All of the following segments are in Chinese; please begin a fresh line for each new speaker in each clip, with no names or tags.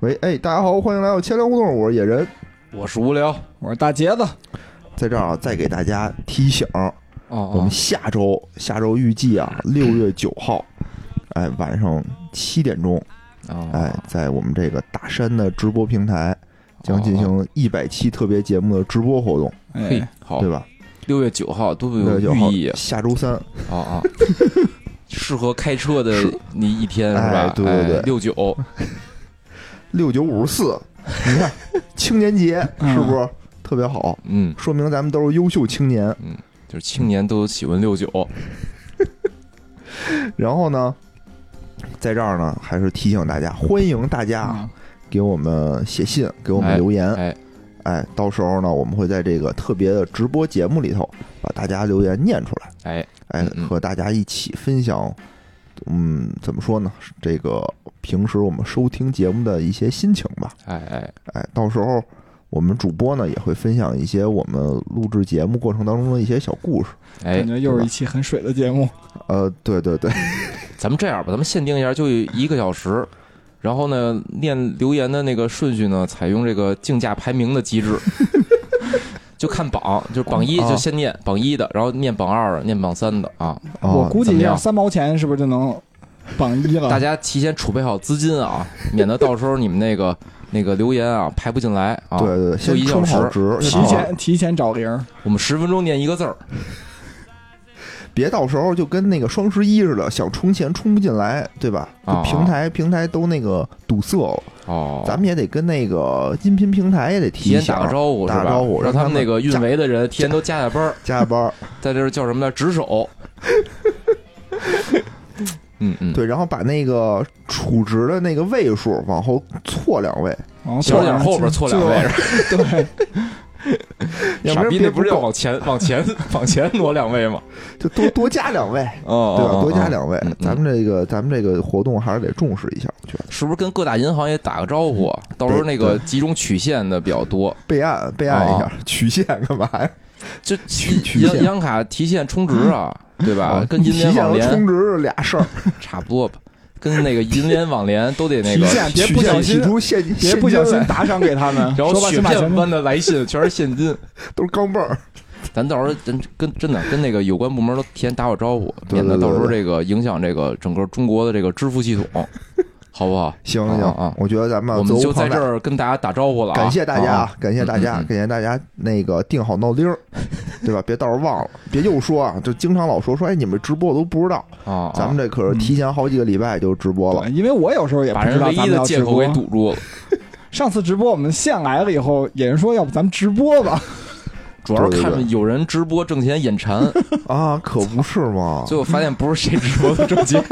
喂，哎，大家好，欢迎来到千聊互动，我是野人。
我是无聊，
我是大杰子。
在这儿啊，再给大家提醒，
啊
哦，
我们下周下周预计啊，六月九号，哎，晚上七点钟，
哦
哎，
啊
在我们这个大山的直播平台将进
啊
行一百期特别节目的直播活动，
嘿
哎，，
好
对，吧？
六月九号多么
六
哦有
月九号
寓意啊
下周三，
啊啊！适合开车的你一天是
哎
吧？
对对对
六九
六九五十四，你 看青年节
嗯
是不是特别好？
嗯，
说明咱们都是优秀青年。
就是青年都喜欢六九，
然后呢，在这儿呢，还是提醒大家，欢迎大
啊
家啊
嗯
给我们写信，给我们留言。
哎，
哎，到时候呢，我们会在这个特别的直播节目里头把大家留言念出来，
哎，
哎
嗯，嗯
和大家一起分享。嗯，怎么说呢？这个平时我们收听节目的一些心情吧。
哎，哎，
哎，到时候我们主播呢也会分享一些我们录制节目过程当中的一些小故事。
哎
感，觉又是一期很水的节目。
呃，对对对，
咱们这样吧，咱们限定一下，就一个小时。然后呢，念留言的那个顺序呢，采用这个竞价排名的机 制，就看榜，就是榜一
啊
就先念榜一的，然后念榜二的，念榜三的啊。
啊
我估
怎
计
么
要
样
三毛钱是不是就能榜一了？
大家提前储备好资金啊， 免得到时候你们那个那个留言啊排不进来啊。
对对，
就
先
一小
充好啊
时，
值，先
提
充好
前提前找零儿，
我们十分钟念一个字儿，
别到时候就跟那个双十一似的，想充钱充不进来，对吧？就
啊
平台平台都那个堵塞了，
哦，
咱们也得跟那个音频平台也得提
提
一
前
下
打个招呼是
打
吧？
个招呼让
让他
他
们
们
那个运
加
维的人提前都加 下班儿，
加班儿，
在这儿叫什么呢？值 守。嗯嗯，
对，然后把那个储值的那个位数往后错两位，
然后
小点儿后边错两位是吧。
就 对，
要不
傻
然
逼
别
那不是要
够
往前往前 往前挪两位吗？
就多多加两位，
哦，
对啊吧？多加
位，
两位
嗯嗯，
咱们这个咱们这个活动还是得重视一下，我觉得
是不是跟各大银行也打个招呼啊？到时候那个集中取现的比较多，
备案备案
哦
一下，取现干嘛呀？
就
取取
银
现
银行卡提现充值啊，对吧？跟
嗯
银
哦提
联
现
网
和
联
充值是俩 事儿，
差不多吧，跟那个银联网联都得那
提
个。
现别
取
不小
现取
心，
出现
别
现
不小
金
心
来
打赏给他们，
然后
说吧，
雪
先把
片
钱
般的来信全是现金，
都是钢镚儿。
咱到时候咱跟真的跟那个有关部门都提前打好招呼，
对对
免得到时候
对
这个影响这个整个中国的这个支付系统， 好不好？
行
啊
行，
啊
我觉得咱们
我
责
们
无
就在
旁贷
这儿跟大家打招呼了啊，
感谢大家，
啊，
啊，感谢大家，
嗯嗯嗯
感谢大家那个定好闹铃儿，对 吧？别到时候忘了，别又说啊，就经常老说说，哎，你们直播我都不知道，
啊啊
咱们这可是提前好几个礼拜就直播了
对，因为我有时候也
啊把
不知
人
道
唯
咱
一
们
的
要
借
直
口
播
给。堵住了，
上次直播我们限来了以后，野人说要不咱们直播吧，
主要
对
是
对
看
对
着有人直播挣钱眼馋，
啊，可不是 嘛，
最后发现不是谁直播的挣钱，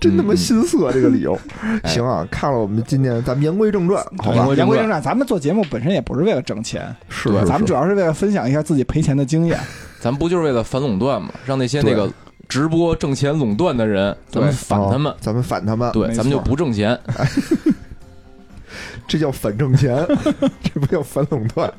真他
嗯
妈
嗯
心塞这个理由。
哎
行啊，看了我们今天，咱们言归正传，好吧？
言归正传，咱们做节目本身也不是为了挣钱，
是
对
是
咱
是
们主要是为了分享一下自己赔钱的经验。
咱们不就是为了反垄断嘛，让那些那个直播挣钱垄断的人，咱们
对
反他们
哦，咱们反他们，
对，
没
咱们就
错
不 挣钱，
这叫反挣 钱，这不叫反垄断。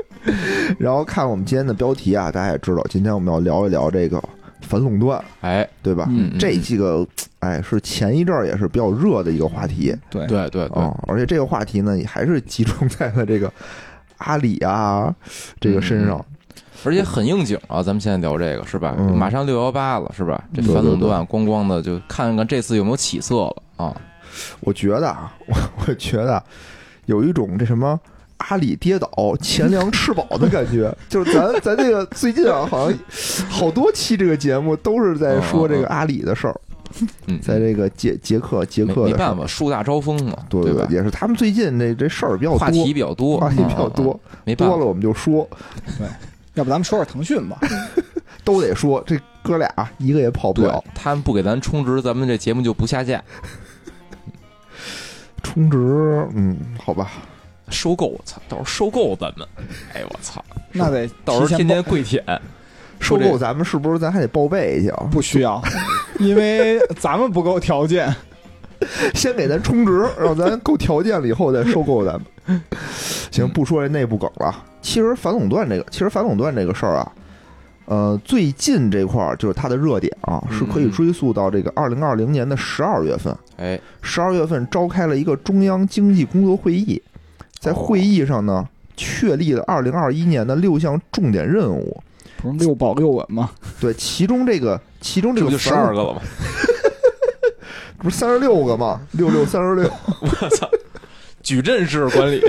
然后看我们今天的标题啊，大家也知道，今天我们要聊一聊这个反垄断，
哎，
对吧？
嗯
这几个，哎，是前一阵儿也是比较热的一个话题
对
对对对
啊、，而且这个话题呢，也还是集中在了这个阿里啊这个身
嗯
上。
而且很应景啊，咱们现在聊这个是吧？
嗯
马上六幺八了是吧？这
对对
反垄断咣咣的，就看看这次有没有起色了啊？
我觉得啊， 我我觉得啊有一种这什么。阿里跌倒，钱粮吃饱的感 觉，就是咱咱这个最近啊，好像好多期这个节目都是在说这个阿里的事儿，
嗯，
在这个捷捷克捷
没
克
没
的事
办
儿，
法，树大招风嘛，
对
吧？
也是他们最近这这事儿比较多，
话题比较多，
话题比较多
嗯，，嗯嗯没办
多
法，
了我们就说，
要不咱们说说腾 讯吧？
都得说，这哥俩一个也跑不了
对。，他们不给咱充值，咱们这节目就不下架，
充值，嗯，好吧，
收购，我操，到时候收购咱们，哎呦我操，
那得
到时候
提前
天天跪舔，
收购
说这
咱们是不是咱还得报备去
报
啊？
不需 要，因为咱们不够条件。
先给咱 充值，让咱够条件了以后再收购咱们。行，不说这内部梗了。其实反垄断这个，其实反垄断这个事儿啊，呃，最近这块儿就是它的热点啊，是可以
嗯
追溯到这个二零二零年的十二月份。
哎，
十二月份召开了一个中央经济工作会议，在会议上呢，确立了二零二一年的六项重点任务。
不是六保六稳吗？
对，其中这个，其中这
这不
个
就十二
反
个了吗？
不是三十六个吗？六六三十六，
矩阵式 管理，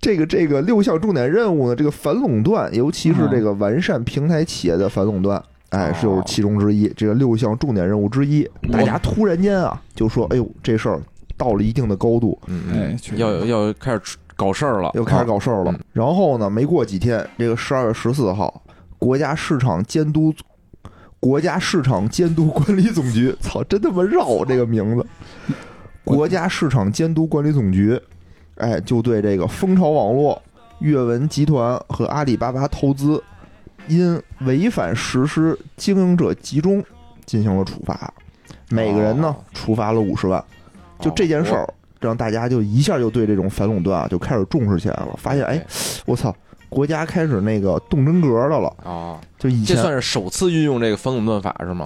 这个这个六项重点任务呢，这个反垄断，尤其是
嗯
这个完善平台企业的反垄断，哎，是有
哦
其中之一，这个六项重点任务之一。
我
大家突然间啊，就说，哎呦，这事儿到了一定的高度，
嗯
哎，，确实
要要开始搞事儿了，
又开始
啊
搞事儿了
嗯。
然后呢，没过几天，这个十二月十四号，国家市场监督。国家市场监督管理总局， 操，真他妈绕这个名字！
我
国家市场监督管理总局，哎，就对这个蜂巢网络、阅文集团和阿里巴巴投资，因违反实施经营者集中进行了处罚，每个人呢
哦
处罚了五十万。就这件事儿，让大家就一下就对这种反垄断啊就开始重视起来了，发现哎，我操，国家开始那个动真格的了，
哦，
就以
这
前
算是首次运用这个反垄断法是吗？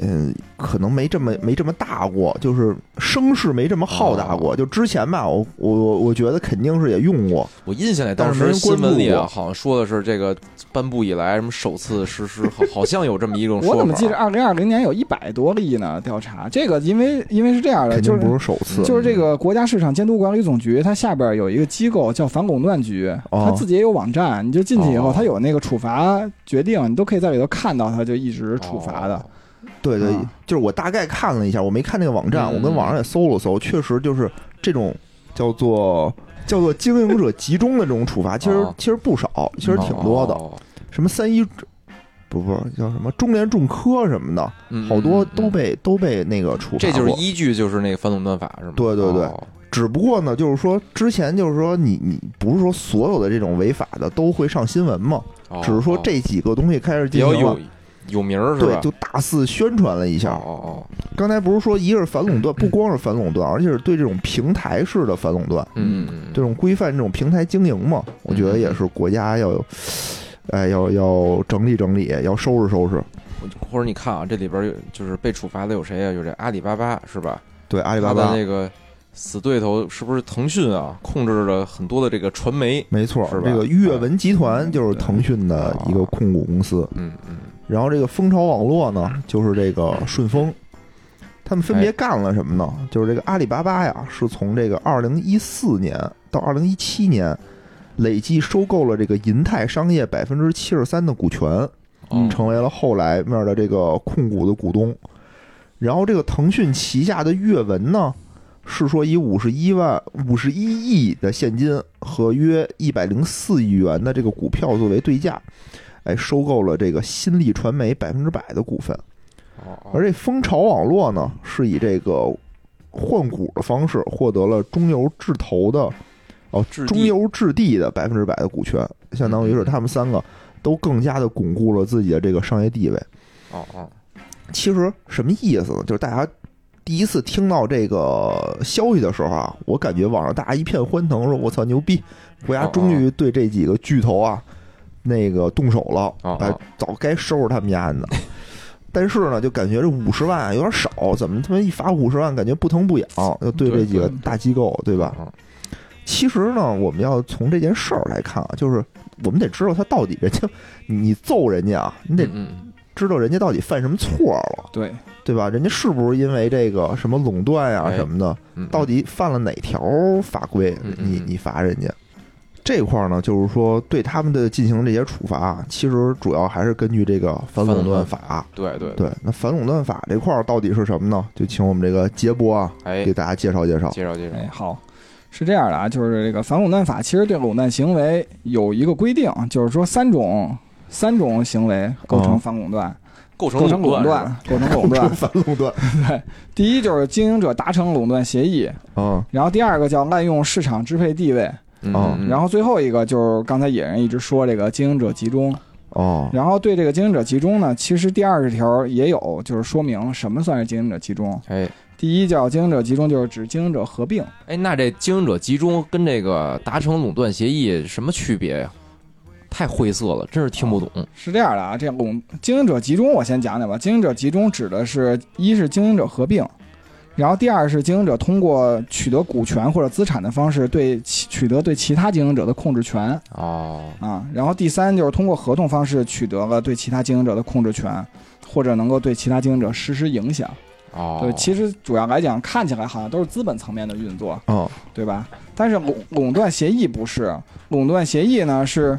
嗯，可能没这么没这么大过，就是声势没这么浩大
哦
过。就之前吧，我我我我觉得肯定是也用过，
我印象里
但
当
是没
时
人
新
关
闻
注
里啊，
过
好像说的是这个颁布以来什么首次实施，好好像有这么 一种说法。
我怎么记着二零二零年有一百多例呢？调查这个，因为因为是这样的，
肯
呃就
定
是
不是首次。
就是这个国家市场监督管理总局，它下边有一个机构叫反垄断局，
哦
它自己也有网站，你就进去以后
哦，
它有那个处罚决定，你都可以在里头看到，它就一直处罚
哦
的。
对对
啊，
就是我大概看了一下，我没看那个网站，
嗯
我跟网上也搜了搜，确实就是这种叫做叫做经营者集中的这种处罚，其实
哦
其实不少，其实
哦，
挺多的。
哦
什么三一，不不叫什么中联重科什么的，
嗯
好多都。
嗯嗯嗯
被、都被那个处罚
这就是
过
依据，就是那个反垄断法是吗？
对对对
哦
只不过呢，就是说之前就是说你你不是说所有的这种违法的都会上新闻嘛，
哦
只是说
哦
这几个东西开始
比
进
较
行
有
了。
有名儿是
对，
吧？
就大肆宣传了一下。
哦哦哦，
刚才不是说一个是反 垄断，不光是反垄断，而且是对这种平台式的反垄断，
嗯嗯
这
嗯，
种规范这种平台经营嘛，我觉得也是国家要有，
嗯
哎，要要整理整理，要收拾收拾。
我或者你看啊，这里边儿有就是被处罚的有谁啊呀、有这阿里巴巴是吧？
对，阿里巴
他
巴
的，那个死对头是不是腾讯啊？控制着很多的这个传媒。
没错
是，吧
这个阅文集团就是腾讯的一个控股公司，
嗯嗯，
然后这个蜂巢网络呢，就是这个顺丰。他们分别干了什么呢？就是这个阿里巴巴呀，是从这个二零一四年到二零一七年，累计收购了这个银泰商业百分之七十三的股权，
哦
成为了后来面的这个控股的股东。然后这个腾讯旗下的阅文呢，是说以五十一万五十一亿的现金和约一百零四亿元的这个股票作为对价，哎，收购了这个新力传媒百分之百的股份。
哦哦
而这蜂巢网络呢，是以这个换股的方式获得了中邮智投的哦
置，地
中邮置地的百分之百的股权，相当于是他们三个都更加的巩固了自己的这个商业地位。
哦哦，
其实什么意思呢？就是大家第一次听到这个消息的时候啊，我感觉网上大家一片欢腾，说我操牛逼，国家终于对这几个巨头啊那个动手了
哦，
哎
哦，
早该收拾他们家的。但是呢，就感觉这五十万啊有点少，怎么他妈一罚五十万，感觉不疼不痒，就对这几个大机构，对吧？
嗯
其实呢，我们要从这件事儿来看啊，就是我们得知道他到底人家， 你揍人家啊，你得
嗯嗯
知道人家到底犯什么错了。
对，
对吧？人家是不是因为这个什么垄断呀、
哎
什么的，
嗯，
到底犯了哪条法规
嗯？嗯
你
嗯
你罚人家这块儿呢，就是说对他们的进行这些处罚啊，其实主要还是根据这个反垄断
反
法。
对对，
对，那反垄断法这块儿到底是什么呢？就请我们这个杰波啊，
哎
给，大家介绍介绍。
介绍介绍
哎，，好，是这样的啊，就是这个反垄断法其实对垄断行为有一个规定，就是说三种三种行为构成
嗯
反垄断，
构成
构成垄
是吧
断，构成垄
不说
断。
反垄断
第一就是经营者达成垄断协议，
啊，
然后第二个叫滥用市场支配地位，
嗯
哦
嗯
然后最后一个就是刚才野人一直说这个经营者集中，
哦，
然后对这个经营者集中呢，其实第二十条也有就是说明什么算是经营者集中。
哎
第一叫经营者集中，就是指经营者合并，
哎，那这经营者集中跟这个达成垄断协议什么区别呀？太晦涩了，真是听不懂。
是这样的啊，这垄经营者集中，我先讲讲吧。经营者集中指的是一是经营者合并，然后第二是经营者通过取得股权或者资产的方式对其取得对其他经营者的控制权
哦，
啊，然后第三就是通过合同方式取得了对其他经营者的控制权，或者能够对其他经营者实施影响。
哦，
对，其实主要来讲，看起来好像都是资本层面的运作，
哦，
对吧？但是垄垄断协议不是，垄断协议呢是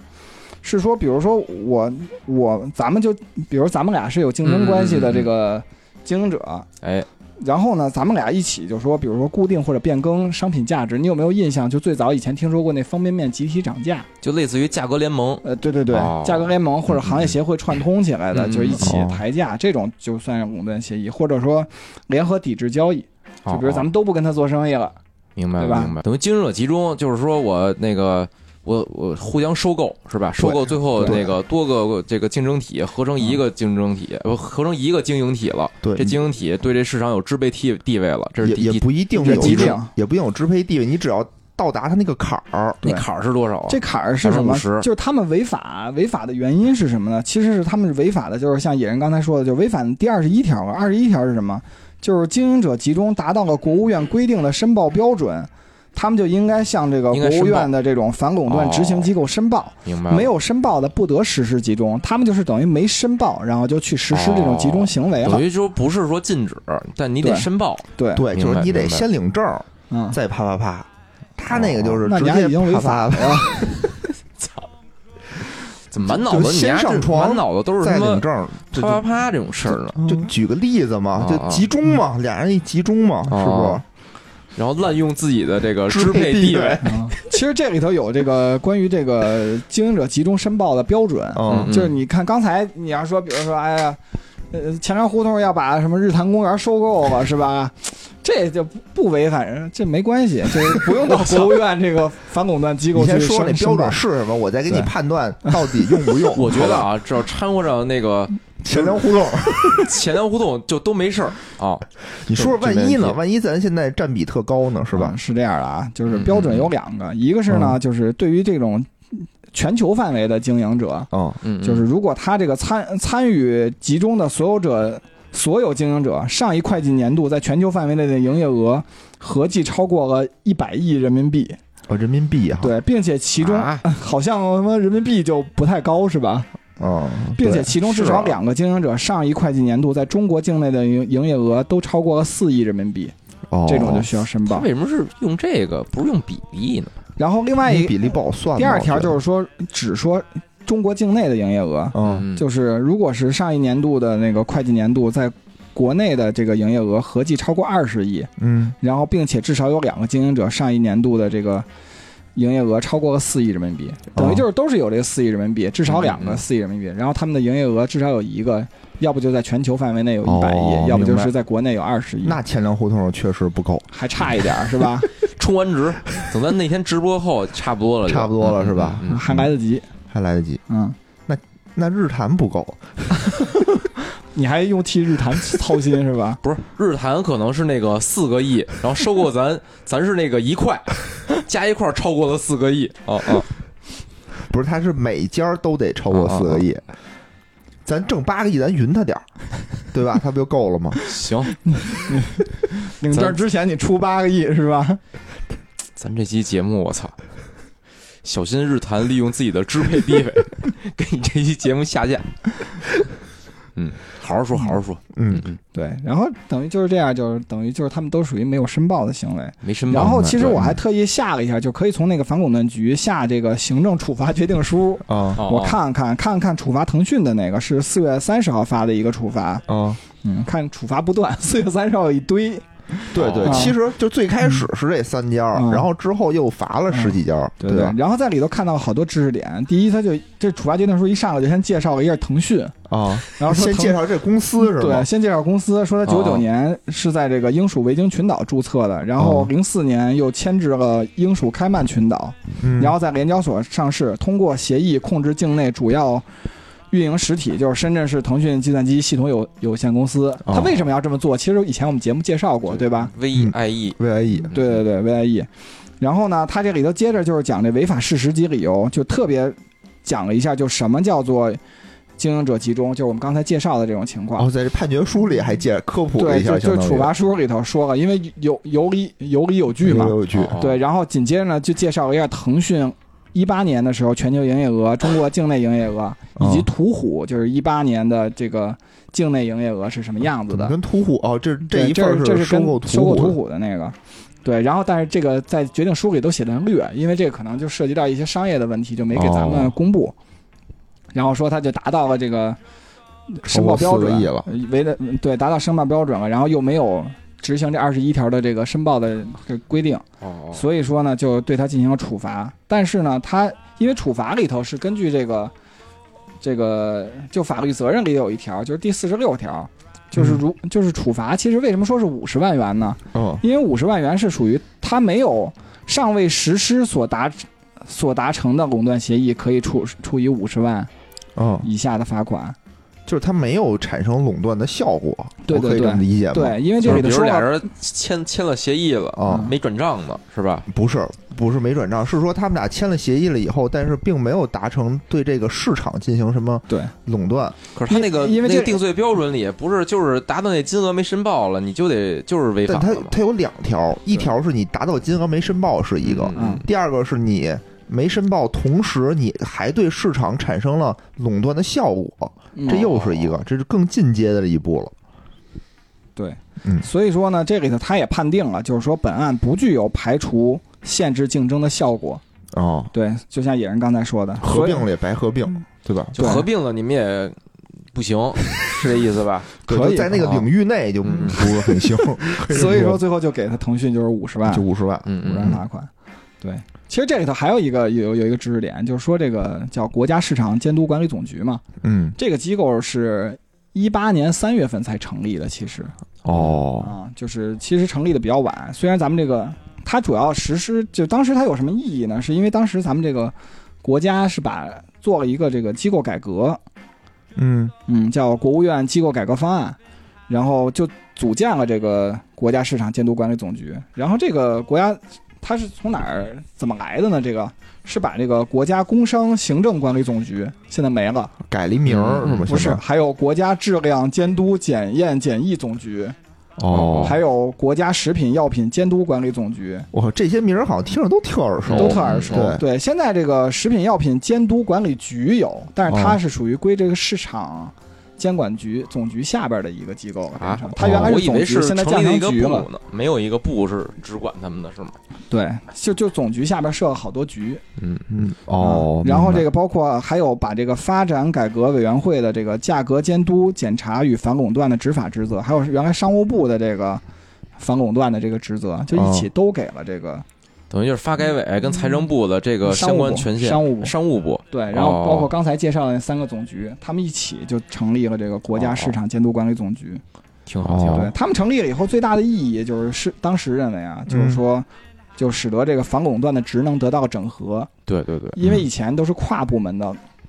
是说，比如说我我咱们就比如咱们俩是有竞争关系的这个经营者，
哎，
然后呢，咱们俩一起就说，比如说固定或者变更商品价值，你有没有印象？就最早以前听说过那方便面集体涨价，
就类似于价格联盟，
呃，对对对，
哦
价格联盟或者行业协会串通起来的，
嗯
就一起
哦
抬价，这种就算是垄断协议，或者说联合抵制交易，就比如咱
哦
们都不跟他做生意了，
明白
对吧
了，明白了。等于经营者集中，就是说我那个我我互相收购是吧？收购最后
对
那个多个这个竞争体合成一个竞争体，不合成一个经营体了。
对
这经营体对这市场有支配地地位了，这是
也
第
也
一。
不一定
这
有
几
支
种
也不一定有支配地位，你只要到达他那个坎儿，
那
对
坎儿是多少啊？
这坎儿是什么？
50%
就是他们违法，违法的原因是什么呢？其实是他们违法的，就是像野人刚才说的，就违反第二十一条了。二十一条是什么？就是经营者集中达到了国务院规定的申报标准，他们就应该向这个
应
国
该申报哦
务院的这种反垄断执行机构申报。
明
啊
白了
没有申报的不得实施集中，他们就是等于没申报，然后就去实施这种集中行为了。
等于说不是说禁止，但你得
对
申报。
对，
哦对，就是你
明
得
白明白
先领证儿，
嗯，
再啪啪啪。他那个就是
哦那
直
你还
接
已经违
啪
法
啪
了
啪，。
怎么满脑
就
子
是
你
先
丫这
上床
满脑子都是
再
什
领
么
证儿，
啪
这
啪
就
啪这种事儿呢？
就举个例子嘛，
啊
就
啊
集中嘛，俩人一集中嘛，
哦
是
然后滥用自己的这个
不是？
支配
地
地位，
嗯其实这里头有这个关于这个经营者集中申报的标准，
嗯
嗯
就是你看刚才你要说，比如说，哎呀，呃，前粮胡同要把什么日坛公园收购了，是吧？这就不不违反，这没关系，就是不用到国务院这个反垄断机构
你先
去
说
申
那标
申报
准是什么，我再给你
对
判断到底用不 用。
我觉得啊，只要掺和上那个
钱粮胡同，
钱粮胡同就都没事儿啊。
你说说万一
这没
呢？
问题
万一咱现在占比特高呢，是吧
嗯？是这样的啊，就是标准有两个，一个是呢，就是对于这种全球范围的经营者，
嗯，
嗯，嗯
就是如果他这个参参与集中的所有者。所有经营者上一会计年度在全球范围内的营业额合计超过了一百亿人民币，
哦，人民币哈，，
对，并且其中嗯
啊
好像他妈人民币就不太高是吧？
嗯，
并且
对
其中至
是
少
啊
两个经营者上一会计年度在中国境内的营营业额都超过了四亿人民币，
哦
这种就需要申
他
报。
为什么是用这个，不是用比例呢？
然后另外
你
一
比例不好算吧。，
第二条就是是说，只说中国境内的营业额，
嗯，
就是如果是上一年度的那个会计年度在国内的这个营业额合计超过二十亿，
嗯，
然后并且至少有两个经营者上一年度的这个营业额超过了四亿人民币，等于就是都是有这个四亿人民币，至少两
嗯
个
嗯
四亿人民币，然后他们的营业额至少有一个，要不就在全球范围内有一百
哦
亿，要不就
明白
是在国内有二十亿，
那钱粮胡同确实不够，
还差一点儿是 吧？
充完值，等咱那天直播后差不多了就，
差不多了是吧
嗯嗯嗯
还来得及，
还来得及。
嗯。
那日坛不够，
你还用替日坛操心是吧？
不是日坛可能是那个四个亿，然后收购咱， 咱是那个一块，加一块超过了四个亿。哦哦，
不是，他是每家都得超过
啊啊啊
四个
哦
亿，咱挣八个亿，咱匀他点儿，对 吧？他不就够了吗？
行，
领
咱
证之前你出八个亿是吧？
咱这期节目我操，小心日坛利用自己的支配地位， 给你这期节目下架。嗯，好好说，好好说。
嗯，
嗯，
对，然后等于就是这样，就是等于就是他们都属于没有申报的行为。
没申报。
然后其实我还特意下了一下，就可以从那个反垄断局下这个行政处罚决定书，
啊
哦
我看看看看处罚腾讯的那个是四月三十号发的一个处罚，
哦
啊，
嗯，看处罚不断，四月三十号有一堆，
对对，
哦
其实就最开始是这三家，
嗯哦
然后之后又罚了十几家，
对
吧？
然后在里头看到好多知识点，第一，他就这处罚决定书一上来就先介绍了一下腾讯，
哦
啊，
然后说
先
腾
介绍这公司是吧
对，？先介绍公司，说他九九
哦
年是在这个英属维京群岛注册的，然后
哦
零四年又迁至了英属开曼群岛，
嗯
然后在联交所上市，通过协议控制境内主要运营实体，就是深圳市腾讯计算机系统有有限公司。
哦
它为什么要这么做？其实以前我们节目介绍过，对吧？
V E I E，
VIE
对对对，VIE。然后呢，它这里头接着就是讲这违法事实及理由，就特别讲了一下，就什么叫做经营者集中，就是我们刚才介绍的这种情况。
哦，在这判决书里还介科普了
对，
一
就
下，
就
相当于
处罚书里头说了，因为有有理有理有据嘛。
有据，
哦
对，然后紧接着呢，就介绍了一下腾讯一八年的时候全球营业额、中国境内营业额，以
嗯
及途虎，就是一八年的这个境内营业额是什么样子
怎么
的。
跟途虎哦，这
对
一
这
份
是这是
收
跟
购
收购
途
途
虎
虎的那个。对，然后但是这个在决定书里都写的很略，因为这个可能就涉及到一些商业的问题，就没给咱们
哦
公布。然后说他就达到了这个申报标
超过四
准
个亿了，
呃为了对达到申报标准了，然后又没有执行这二十一条的这个申报的这规定，
哦
所以说呢就对他进行了处罚。但是呢，他因为处罚里头是根据这个这个就法律责任里有一条，就是第四十六条，就是
嗯
如、就是处罚。其实为什么说是五十万元呢？
嗯
因为五十万元是属于他没有尚未实施所达所达成的垄断协议，可以处处以五十万
嗯，
以下的罚款。
就是它没有产生垄断的效果，
对
我
对
可以这么
对
理解吗？
对，因为这
呃就是比
里的
如
说
俩
法
人签签了协议了，
啊、
嗯
没转账呢，是吧？
不是不是没转账，是说他们俩签了协议了以后，但是并没有达成对这个市场进行什么
对
垄断。
可是他那个
因因为
那个
这
定罪标准里不是就是达到那金额没申报了，你就得就是违
但
反
它
了嘛。
它有两条，一条是你达到金额没申报是一个，
嗯
第二个是你没申报，同时你还对市场产生了垄断的效果，
嗯
这又是一
哦
个，这是更进阶的一步了。
对，
嗯
所以说呢，这里头他也判定了，就是说本案不具有排除限制竞争的效果。
哦，
对，就像野人刚才说的，
合
所以
并了也白合并，
嗯
对吧？
就
对
合并了，你们也不 行，是这意思吧？
对
可以嗯
就在那个
啊
领域内就
嗯
不是很行，
所 以说最后就给他腾讯就是五十万
就，五十万。
嗯
五十万
嗯，
罚款。对，其实这里头还有一个有有一个知识点，就是说这个叫国家市场监督管理总局嘛，
嗯，
这个机构是一八年三月份才成立的，其实
哦，
啊，就是其实成立的比较晚。虽然咱们这个它主要实施，就当时它有什么意义呢？是因为当时咱们这个国家是把做了一个这个机构改革，
嗯，
嗯，叫国务院机构改革方案，然后就组建了这个国家市场监督管理总局。然后这个国家它是从哪儿怎么来的呢？这个是把这个国家工商行政管理总局现在没了，
改了一名儿是吗？
嗯不是，
现在
还有国家质量监督检验检疫总局，
哦，
还有国家食品药品监督管理总局，
哇，这些名儿好像听着都挺耳熟，
都特耳熟
哎
啊
对。
对，现在这个食品药品监督管理局有，但是它
哦
是属于归这个市场监管局总局下边的一个机构了。
啊哦
变成它原来
我
是
以
总
为
局，
是
现在
成
降
立了一
成
个
局了嗯
部。呢，没有一个部是只管他们的，是吗？
对，就就总局下边设了好多局。
嗯，
嗯，哦
嗯，然后
明白
这个包括还有把这个发展改革委员会的这个价格监督、检查与反垄断的执法职责，还有原来商务部的这个反垄断的这个职责，就一
哦
起都给了这个
等于就是发改委跟财政部的这个
商
相
务
关
部。
权限，
商务部。
商务部
对，然后包括
哦
刚才介绍的那三个总局，他们一起就成立了这个国家市场监督管理总局。
挺好，挺
哦
好。
对他们成立了以后，最大的意义就是是当时认为啊，
嗯
就是说。就使得这个反垄断的职能得到整合，
对对对，
因为以前都是跨部门的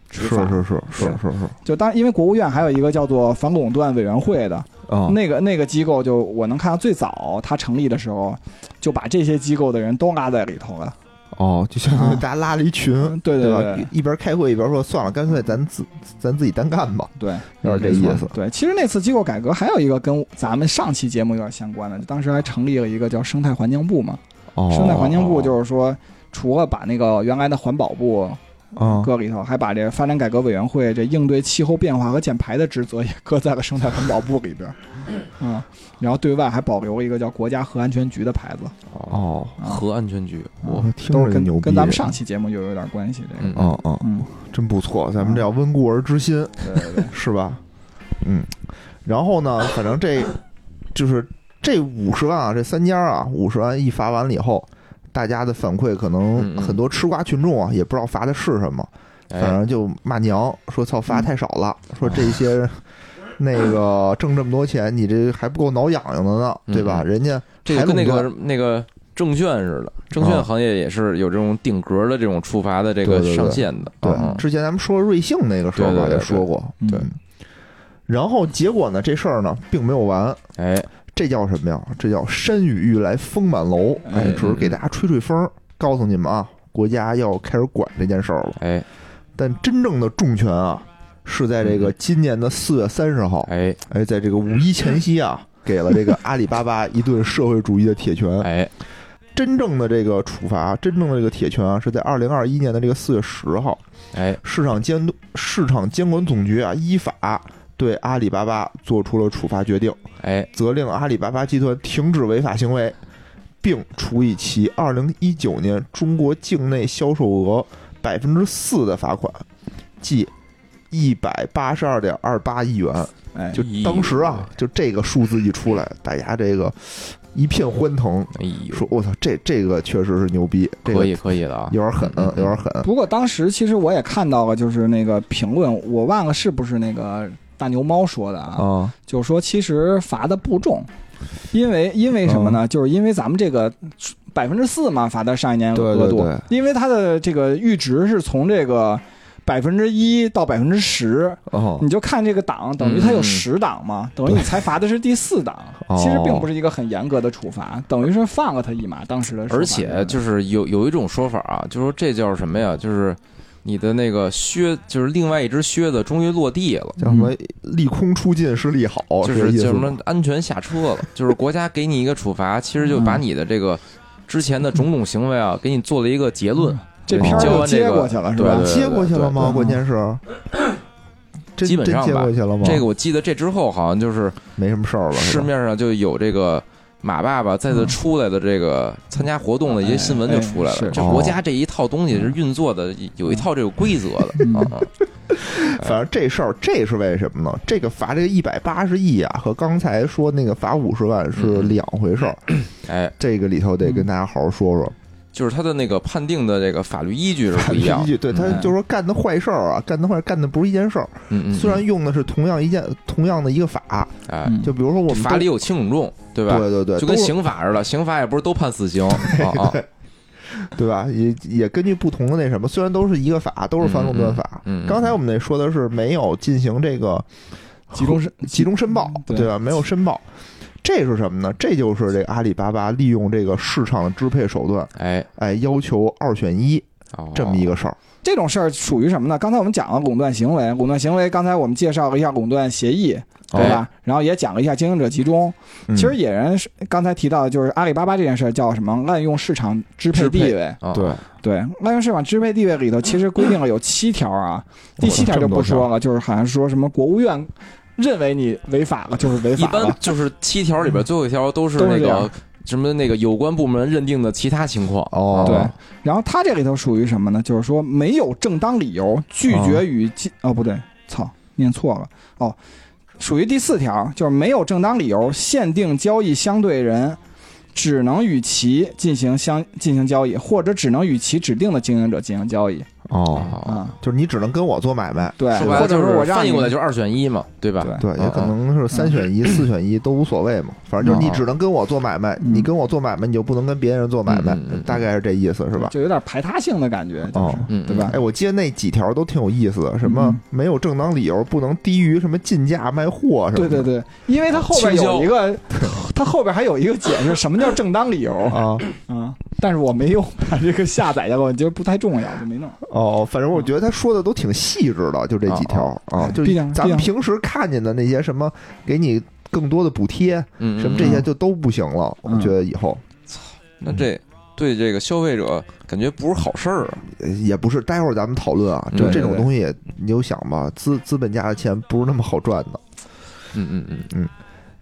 执
嗯是
法。
是是是是是，
就当因为国务院还有一个叫做反垄断委员会的、
啊，
那个那个机构，就我能看到最早它成立的时候，就把这些机构的人都拉在里头了。
哦，就相当于
啊
大家拉了一群，
嗯，对
对
对
吧？一边开会一边说，算了，干脆咱自咱自己单干吧，
对，
有点这意思。
对，其实那次机构改革还有一个跟咱们上期节目有点相关的，就当时还成立了一个叫生态环境部嘛。
哦
生态环境部就是说，除了把那个原来的环保部
啊，
搁里头，还把这发展改革委员会这应对气候变化和减排的职责也搁在了生态环保部里边儿。嗯，然后对外还保留了一个叫国家核安全局的牌子，
哦，
啊
核安全局，我
我听
都
着
是
就
跟
牛逼，
跟咱们上，期节目又有点关系。这个，
嗯
嗯嗯，
嗯，
真不错，咱们这叫温故而知新，
啊对对对，
是吧？嗯，然后呢，反正这就是这五十万啊，这三家啊，五十万一罚完了以后，大家的反馈可能
嗯嗯
很多吃瓜群众啊，也不知道罚的是什么，反
哎
正
嗯
就骂娘，说操罚太少了，说这些那个 挣这么多钱，你这还不够挠痒痒的呢，
嗯
对吧？人家
这个跟那
还
个
垄
那个证券似的，证
啊
券行业也是有这种定格的这种处罚的这个
对对对
上限的。
对
嗯，
之前咱们说瑞幸那个时候
对
吧
对对
也
对
说过，
嗯
嗯。然后结果呢，这事儿呢并没有完，
哎，
这叫什么呀？这叫山雨欲来风满楼。
哎
哎，
嗯
只是给大家吹吹风儿，告诉你们啊，国家要开始管这件事儿了。
哎，
但真正的重拳啊，是在
嗯
这个今年的四月三十号，
哎
哎，在这个五一前夕啊，给了这个阿里巴巴一顿社会主义的铁拳。
哎，
真正的这个处罚，真正的这个铁拳啊，是在二零二一年的这个四月十号，
哎，
市场监督市场监管总局啊依法对阿里巴巴做出了处罚决定，
哎，
责令阿里巴巴集团停止违法行为，并处以其二零一九年中国境内销售额百分之四的罚款，即一百八十二点二八亿元。
哎，
就当时啊，就这个数字一出来，大家这个一片欢腾，
哎呦，
说我操，这这个确实是牛逼，这
可
个
以可以的啊，
有点狠，
嗯嗯
有点狠。
不过当时其实我也看到了，就是那个评论，我忘了是不是那个大牛猫说的
哦
啊，
啊，
就是说其实罚的不重，因为因为什么
哦
呢？就是因为咱们这个百分之四嘛，罚的上一年
对
额
对
度，
对
因为它的这个阈值是从这个百分之一到百分之十，
哦，
你就看这个档，等于它
嗯
有
嗯
十档嘛，等于你才罚的是第四档，
哦
其实并不是一个很严格的处罚，等于是放了他一马。当时的说法
而
是这样
且就是有有一种说法啊，就说这叫什么呀？就是你的那个靴，就是另外一只靴子终于落地了。
叫什么利空出尽是利好，
嗯就
哦
是
这
是
意思
叫什
吗
么安全下车了，就是国家给你一个处罚，其实就
嗯
把你的这个之前的种种行为啊，给你做了一个结论，
这片儿
交
就
完这
接
个
过去了，是
对
吧
对？对嗯
接过去了吗？
对
关键是，真
基本上吧
真接过去了吗？
这个我记得这之后好像就是
没什么事儿了，是
市
吧嗯
面上就有这个马爸爸再次出来的这个参加活动的一些新闻就出来
哎哎是
了。这
哦
国家这一套东
嗯
西是运作的，有一套这个规则的
嗯
啊。啊
反正这事儿这是为什么呢？这个罚这个一百八十亿啊，和刚才说那个罚五十万是
嗯
两回事儿，
哎，
这个里头得跟大家好好说说。
就是他的那个判定的这个法律依据是不一样
依
的。
据对他
嗯
就说干的坏事儿啊，干的坏干的不是一件事儿，
嗯嗯，
虽然用的是同样一件同样的一个法，
哎，
嗯
就比如说我们
法
都
里有轻重重，对吧？
对对对，
就跟
都是
刑法似的，刑法也不是都判死刑 啊啊。
对吧？也也根据不同的那什么，虽然都是一个法，都是反垄断法。
嗯嗯嗯嗯
刚才我们那说的是没有进行这个
哦 集中申
集中申报，
对
对吧？没有申报，这是什么呢？这就是这个阿里巴巴利用这个市场的支配手段，
哎，
哎，要求二选一
哦
这么一个事儿。
这种事儿属于什么呢？刚才我们讲了垄断行为，垄断行为，刚才我们介绍了一下垄断协议，
哦
对吧？然后也讲了一下经营者集中。
嗯
哎
其实野人是刚才提到的就是阿里巴巴这件事儿叫什么？滥用市场嗯支配地位。
啊
对
对，滥用市场支配地位里头其实规定了有七条啊，第七条就不说了，就是好像说什么国务院认为你违法了，就是违
一
法
般
了。
就是七条里边最后一条都是
都
那
是这
个
样
什么那个有关部门认定的其他情况。啊
哦
对，然后他这里头属于什么呢？就是说没有正当理由拒绝与进哦不对，操，念错了哦，属于第四条，就是没有正当理由限定交易相对人，只能与其进行相进行交易，或者只能与其指定的经营者进行交易
哦，
哦，
啊。
就是你只能跟我做买卖。
对，
说白了
或者
就
说我
啊是
让
翻
你
译过来就是二选一嘛，对吧？
对
对，也可能是三选一、四选一都无所谓嘛，反正就是你只能跟我做买卖，
嗯
你跟我做买卖，你就不能跟别人做买卖
嗯嗯嗯，
大概是这意思，是吧？
就有点排他性的感觉，就
哦
是
嗯，嗯
对吧？？
哎，我记得那几条都挺有意思的，什么
嗯
没有正当理由不能低于什么进价卖货什么
对
的，
对对，因为它 后边有一个，它后边还有一个解释，什么叫正当理由啊？
啊，
嗯但是我没有把这个下载下来，我觉得不太重要，就没弄。
哦，反正我觉得他说的都挺细致的，就这几条啊，就
哦毕竟
咱
毕
们
竟
平时看见的那些什么给你更多的补贴
嗯，嗯
什么这
嗯
些就都不行了，我
嗯
觉得以后
那这对这个消费者感觉不是好事儿啊。
呃也不是，待会儿咱们讨论啊，
嗯
就
对
这种
对
东西，你就想吧，资资本家的钱不是那么好赚的。
嗯嗯嗯，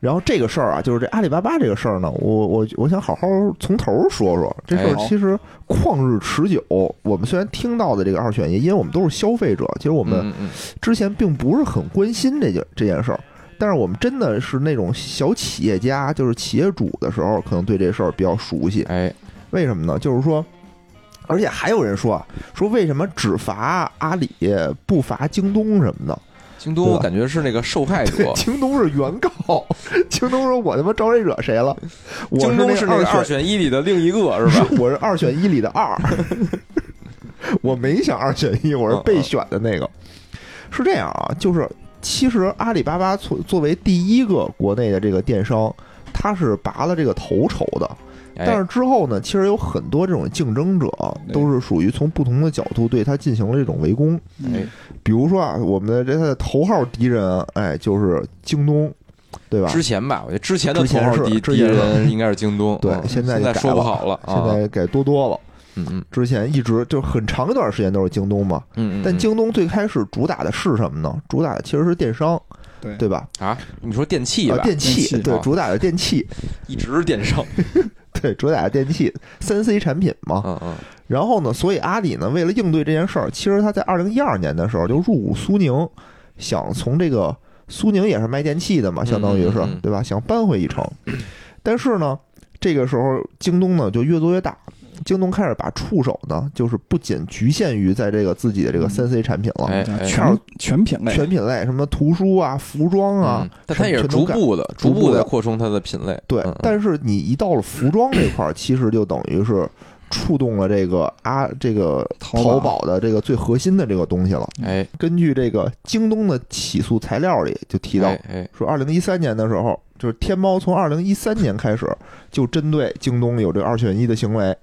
然后这个事儿啊，就是这阿里巴巴这个事儿呢，我我我想好好从头儿说说这事儿。
哎
其实旷日持久，我们虽然听到的这个二选一，因为我们都是消费者，其实我
我
嗯
们之前并不是很关心这件这件事儿。但是我们真的是那种小企业家，就是企业主的时候，可能对这事儿比较熟悉。
哎
为什么呢？就是说，而且还有人说啊，说为什么只罚阿里不罚京东什么的？
京东，
对吧。
我感觉是那个受害者
京东是原告， 京东说我他妈招谁惹谁了？我
京东是
那
那个
个
二
二选
选一里的另一个，是吧？
我是二选一里的二， 我没想二选一，
嗯
我是被选的那个。是这样啊，就是其实阿里巴巴作作为第一个国内的这个电商，它是拔了这个头筹的。但
哎
是之后呢，其实有很多这种竞争者都是属于从不同的角度对他进行了这种围攻。
哎
嗯，
比如说啊，我们的这他的头号敌人，哎，就是京东，对吧？
之前吧，我觉得之前的
之
头
前
号
是
敌
之
敌
前是
人应该是京东，
对
嗯
现在
现在
就改
说不
了
好了，
现
啊
在改多多了，
嗯嗯
之前一直就很长一段时间都是京东嘛。
嗯嗯，
但
嗯
京东最开始主打的是什么呢？主打的其实是电商，
对
对吧？
啊，你说电器
啊
吧，，
电
电器
对
啊，
主打的电器，
一直是电商，
对，主打的电器，三 C 产品嘛。
嗯嗯，
然后呢，所以阿里呢，为了应对这件事儿，其实他在二零一二年的时候就入股苏宁，想从这个苏宁也是卖电器的嘛，相当于是
嗯嗯嗯
对吧？想扳回一城。但是呢，这个时候京东呢就越做越大，京东开始把触手呢就是不仅局限于在这个自己的这个三 C 产品了，
哎
叫
哎
全全品类，
全品类什么图书啊、服装啊，
嗯但它也是
全都
逐
改
步的、
全
逐
都改
步的扩充它的品类。
对，
嗯嗯
但是你一到了服装这 块儿，其实就等于是触动了这个啊这个
淘
淘宝
宝
的这个最核心的这个东西了。
哎，
根据这个京东的起诉材料里就提到
哎，哎，
说二零一三年的时候，就是天猫从二零一三年开始就针对京东有这个二选一的行为。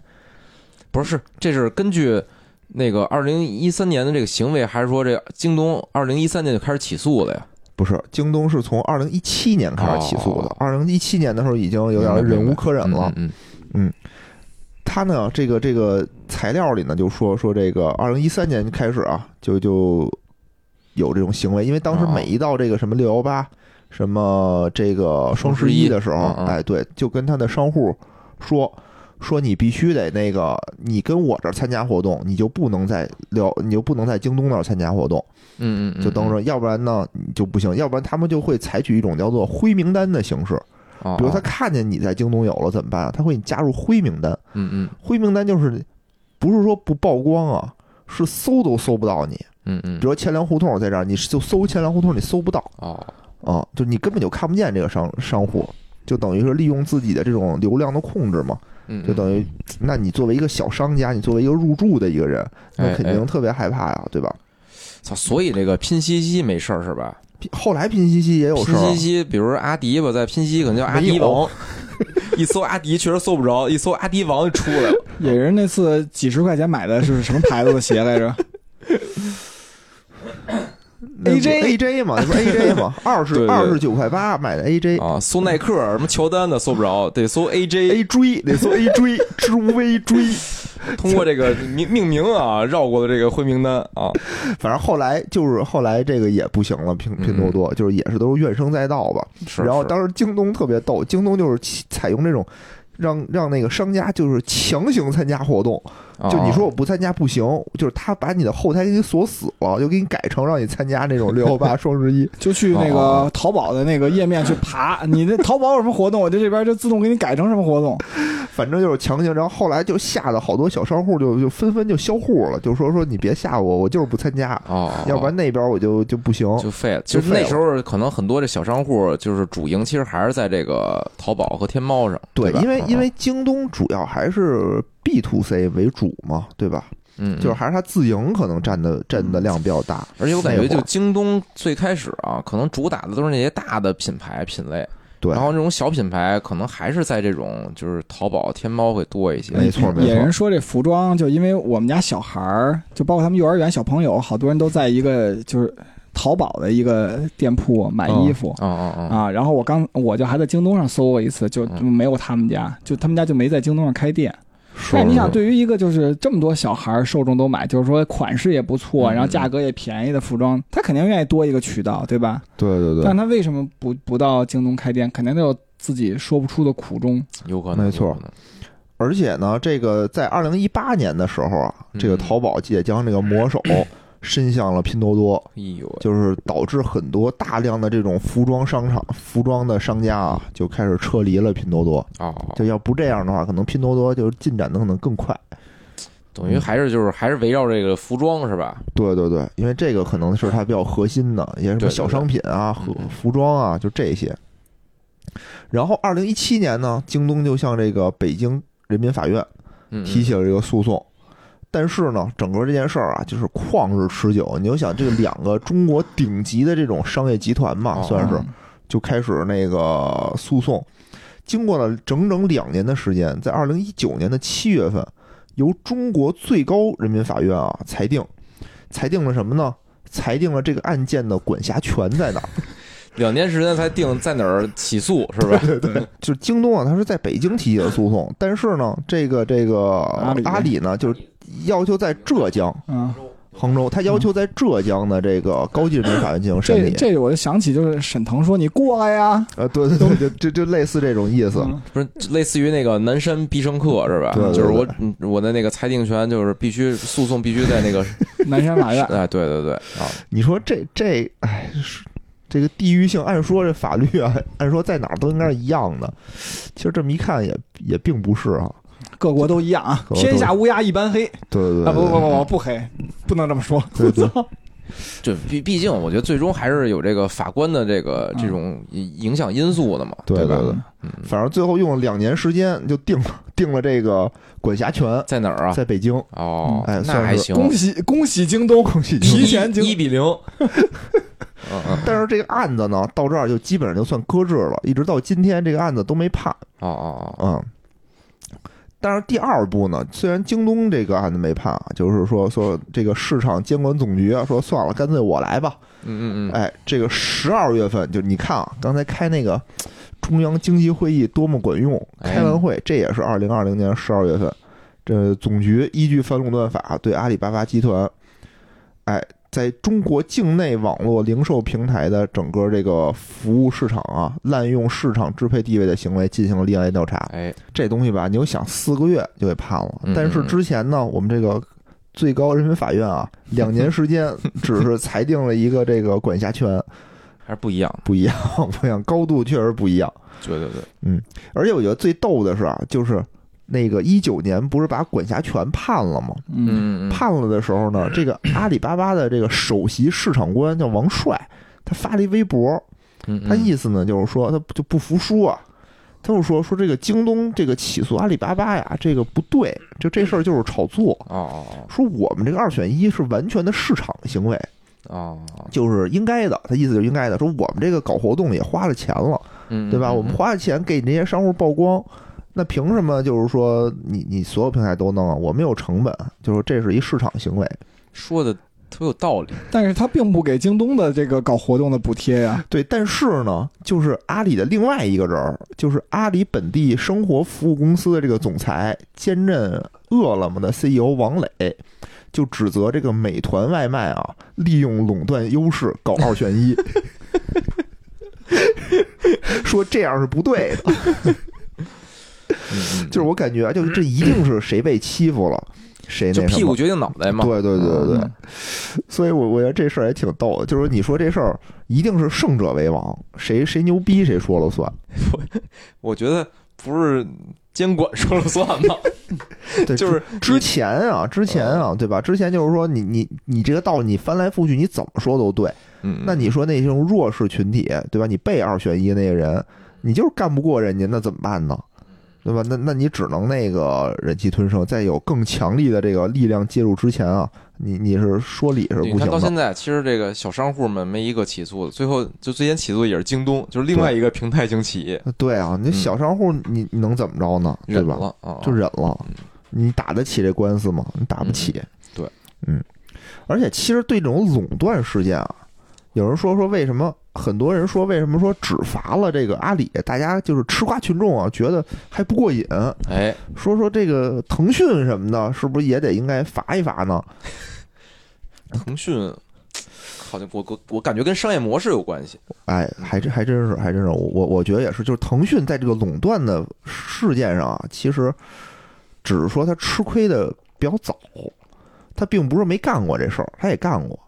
不是，这是根据那个二零一三年的这个行为，还是说这京东二零一三年就开始起诉了呀？
不是，京东是从二零一七年开始起诉的
哦。
二零一七年的时候已经有点
明白
忍
明
无
白
可忍了。
嗯，嗯
他呢，这个这个材料里呢就说说这个二零一三年开始啊，就就有这种行为，因为当时
哦
每一到这个什么六幺八、什么这个双十一的时候
双十一嗯，嗯
哎，对，就跟他的商户说说你必须得那个，你跟我这儿参加活动，你就不能在六，你就不能在京东那儿参加活动，
嗯嗯嗯，
就等着，要不然呢你就不行，要不然他们就会采取一种叫做灰名单的形式，
嗯，
比如
哦
他，看见你在京东有了怎么办啊？他会给你加入灰名单。
嗯嗯
灰名单就是不是说不曝光啊，是搜都搜不到你。
嗯嗯，
比如钱粮胡同在这儿，你就搜钱粮胡同，你搜不到
哦，
啊，就你根本就看不见这个商商户，就等于是利用自己的这种流量的控制嘛，
嗯，
就等于，那你作为一个小商家，你作为一个入驻的一个人，那
哎
肯定特别害怕呀，对吧？
嗯操，所以这个拼夕夕没事儿是吧？
后来拼夕夕也有事
拼夕
儿，啊
夕，比如说阿迪吧，在拼夕夕可能叫阿迪王，一搜阿迪确实搜不着，一搜阿迪王就出来了。
也是那次几十块钱买的是什么牌子的鞋 来着？
那不
AJ
AJ 嘛，那不 AJ 嘛，二
对
十
对
二
对
十九块八买的 AJ。
啊，搜耐克什么乔丹的搜不着，得搜 AJ。
A 追得搜 A 追，知微追，
通过这个命命名啊，绕过了这个灰名单啊。
反正后来就是后来这个也不行了，拼
嗯
拼多多就是也是都是怨声载道吧。
是
然后
是
当时京东特别逗，京东就是起采用这种让让那个商家就是强行参加活动，
哦
就你说我不参加不行，就是他把你的后台给你锁死了，就给你改成让你参加那种六幺 八、双十一。
就去那
哦
个淘宝的那个页面去爬，你那淘宝有什么活动，我就这边就自动给你改成什么活动。
反正就是强行，然后后来就吓得好多小商户就就纷纷就销户了，就说说你别吓我，我就是不参加，
哦，哦
要不然那边我就就不行。
就废了。其实
就废了
那时候可能很多这小商户就是主营，其实还是在这个淘宝和天猫上。对吧，
因为
嗯
因为京东主要还是 B to C 为主嘛，对吧？
嗯，嗯嗯
就是还是它自营可能占的占的量比较大，
而且我感觉，
那会
就
儿
京东最开始啊，可能主打的都是那些大的品牌品类，
对，
然后这种小品牌可能还是在这种就是淘宝、天猫会多一些。
没错没
野人
错，
说这服装，就因为我们家小孩儿，就包括他们幼儿园小朋友，好多人都在一个就是淘宝的一个店铺买衣服。
嗯嗯嗯，
啊，然后我刚我就还在京东上搜过一次，就就
嗯
没有他们家，就他们家就没在京东上开店。
是
但是你想，
是
对于一个就是这么多小孩儿受众都买，就是说款式也不错，
嗯
然后价格也便宜的服装，他肯定愿意多一个渠道，对吧？
对对
但
对，
他为什么不不到京东开店？肯定都有自己说不出的苦衷。
有可能，
没错
有可能
而且呢，这个在二零一八年的时候啊，
嗯
这个淘宝也将这个魔 手伸向了拼多多，
哎呦喂，
就是导致很多大量的这种服装商场、服装的商家啊，就开始撤离了拼多多。
哦，
就要不这样的话，可能拼多多就是进展的可能更快。
等于还是就是还是围绕这个服装是吧？
对对对，因为这个可能是它比较核心的，也是什
对
么
对
小商品啊、
对
和
嗯嗯
服装啊，就这些。然后，二零一七年呢，京东就向这个北京人民法院
嗯，嗯
提起了这个诉讼。但是呢，整个这件事儿啊，就是旷日持久。你就想，这两个中国顶级的这种商业集团嘛，
哦
算是
嗯
就开始那个诉讼。经过了整整两年的时间，在二零一九年的七月份，由中国最高人民法院啊裁定，裁定了什么呢？裁定了这个案件的管辖权在哪儿？
两年时间才定在哪儿起诉，是吧？
就是京东啊，它是在北京提起的诉讼，但是呢，这个这个
阿里
阿里呢，就是要求在浙江
嗯，
杭州，他要求在浙江的这个高级人民法院进行审
这
理。
这我就想起就是沈腾说你过来呀，
呃，对对对，就就就类似这种意思。
嗯
不是类似于那个南山必胜客是吧？
对对对
就是我嗯我的那个裁定权就是必须诉讼必须在那个。
南山法院
哎，对对对啊，
你说这这，哎，是这个地域性，按说这法律啊，按说在哪儿都应该是一样的。其实这么一看也也并不是啊。
各国都一样啊
各，国都
天下乌鸦一般黑
对对对
啊！不不不不不黑，不能这么说。
对对
就毕毕竟我觉得最终还是有这个法官的这个这种影响因素的嘛，
对
吧？
对对
嗯，
反正最后用了两年时间就定了定了这个管辖权
在哪儿啊？
在北京。
哦，
哎
那
算
还
是
行，
恭喜恭喜京东，
恭喜
提前经
一一比 零。嗯嗯，
但是这个案子呢，到这儿就基本上就算搁置了，一直到今天这个案子都没判
哦哦哦，
啊、嗯。但是第二步呢，虽然京东这个案子没判啊，就是说说这个市场监管总局啊，说算了，干脆我来吧。
嗯嗯嗯，
哎，这个十二月份就你看啊，刚才开那个中央经济会议多么管用，
哎
开完会这也是二零二零年十二月份，这总局依据反垄断法对阿里巴巴集团，哎，在中国境内网络零售平台的整个这个服务市场啊，滥用市场支配地位的行为进行了立案调查。
哎，
这东西吧，你就想四个月就给判了
嗯，
但是之前呢，我们这个最高人民法院 啊，两年时间只是裁定了一个这个管辖权
还是不一样。
不一样， 不一样，高度确实不一样。
对对对，
而且我觉得最逗的是啊，就是那个一九年不是把管辖权判了吗？
嗯，
嗯嗯，嗯
判了的时候呢，这个阿里巴巴的这个首席市场官叫王帅，他发了一微博，
嗯
他
嗯
意思呢，就是说他就不服输啊，他就说说这个京东这个起诉阿里巴巴呀，这个不对，就这事儿就是炒作。
哦哦
说我们这个二选一是完全的市场行为，
哦哦，
就是应该的。他意思就是应该的。说我们这个搞活动也花了钱了，
嗯，
对吧？
嗯
我们，花了钱给你这些商户曝光，那凭什么就是说你你所有平台都弄啊？我们有成本，就是这是一市场行为。
嗯说的特有道理。
但是他并不给京东的这个搞活动的补贴呀。
对，但是呢，就是阿里的另外一个人儿，就是阿里本地生活服务公司的这个总裁，兼任饿了么的 CEO 王磊，就指责这个美团外卖啊，利用垄断优势搞二选一， 说这样是不对的。
嗯嗯
就是我感觉啊，就是这一定是谁被欺负了，谁
就
那
屁
什
股
么。
决定脑袋嘛。
对对对对对
嗯，
所以我我觉得这事儿也挺逗的，就是说你说这事儿一定是胜者为王，谁谁牛逼谁说了算。
我觉得不是监管说了算 吗？
对，
就是
之之前
嗯
啊，之前啊，对吧？之前就是说你，你你这个道理，你翻来覆去，你怎么说都对。
嗯，
那你说那种弱势群体，对吧？你被二选一那个人，你就是干不过人家，那怎么办呢？对吧？那那你只能那个忍气吞声，在有更强力的这个力量介入之前啊，你你是说理是
你
不行
看到
的
现。在，其实这个小商户们没一个起诉的，最后就最先起诉的也是京东，就是另外一个平台型企业，
对啊，
嗯
你小商户你你能怎么着呢？对
忍
吧？
了啊，
就忍了
嗯。
你打得起这官司吗？你打不起。
对，
嗯，而且其实对这种垄断事件啊，有人说说为什么很多人说为什么说只罚了这个阿里，大家就是吃瓜群众啊，觉得还不过瘾，
哎，
说说这个腾讯什么的，是不是也得应该罚一罚呢？
腾讯。好像我我我感觉跟商业模式有关系，
哎，还真还真是，还真是，我我我觉得也是，就是腾讯在这个垄断的事件上啊，其实只是说他吃亏的比较早，他并不是没干过这事儿，他也干过。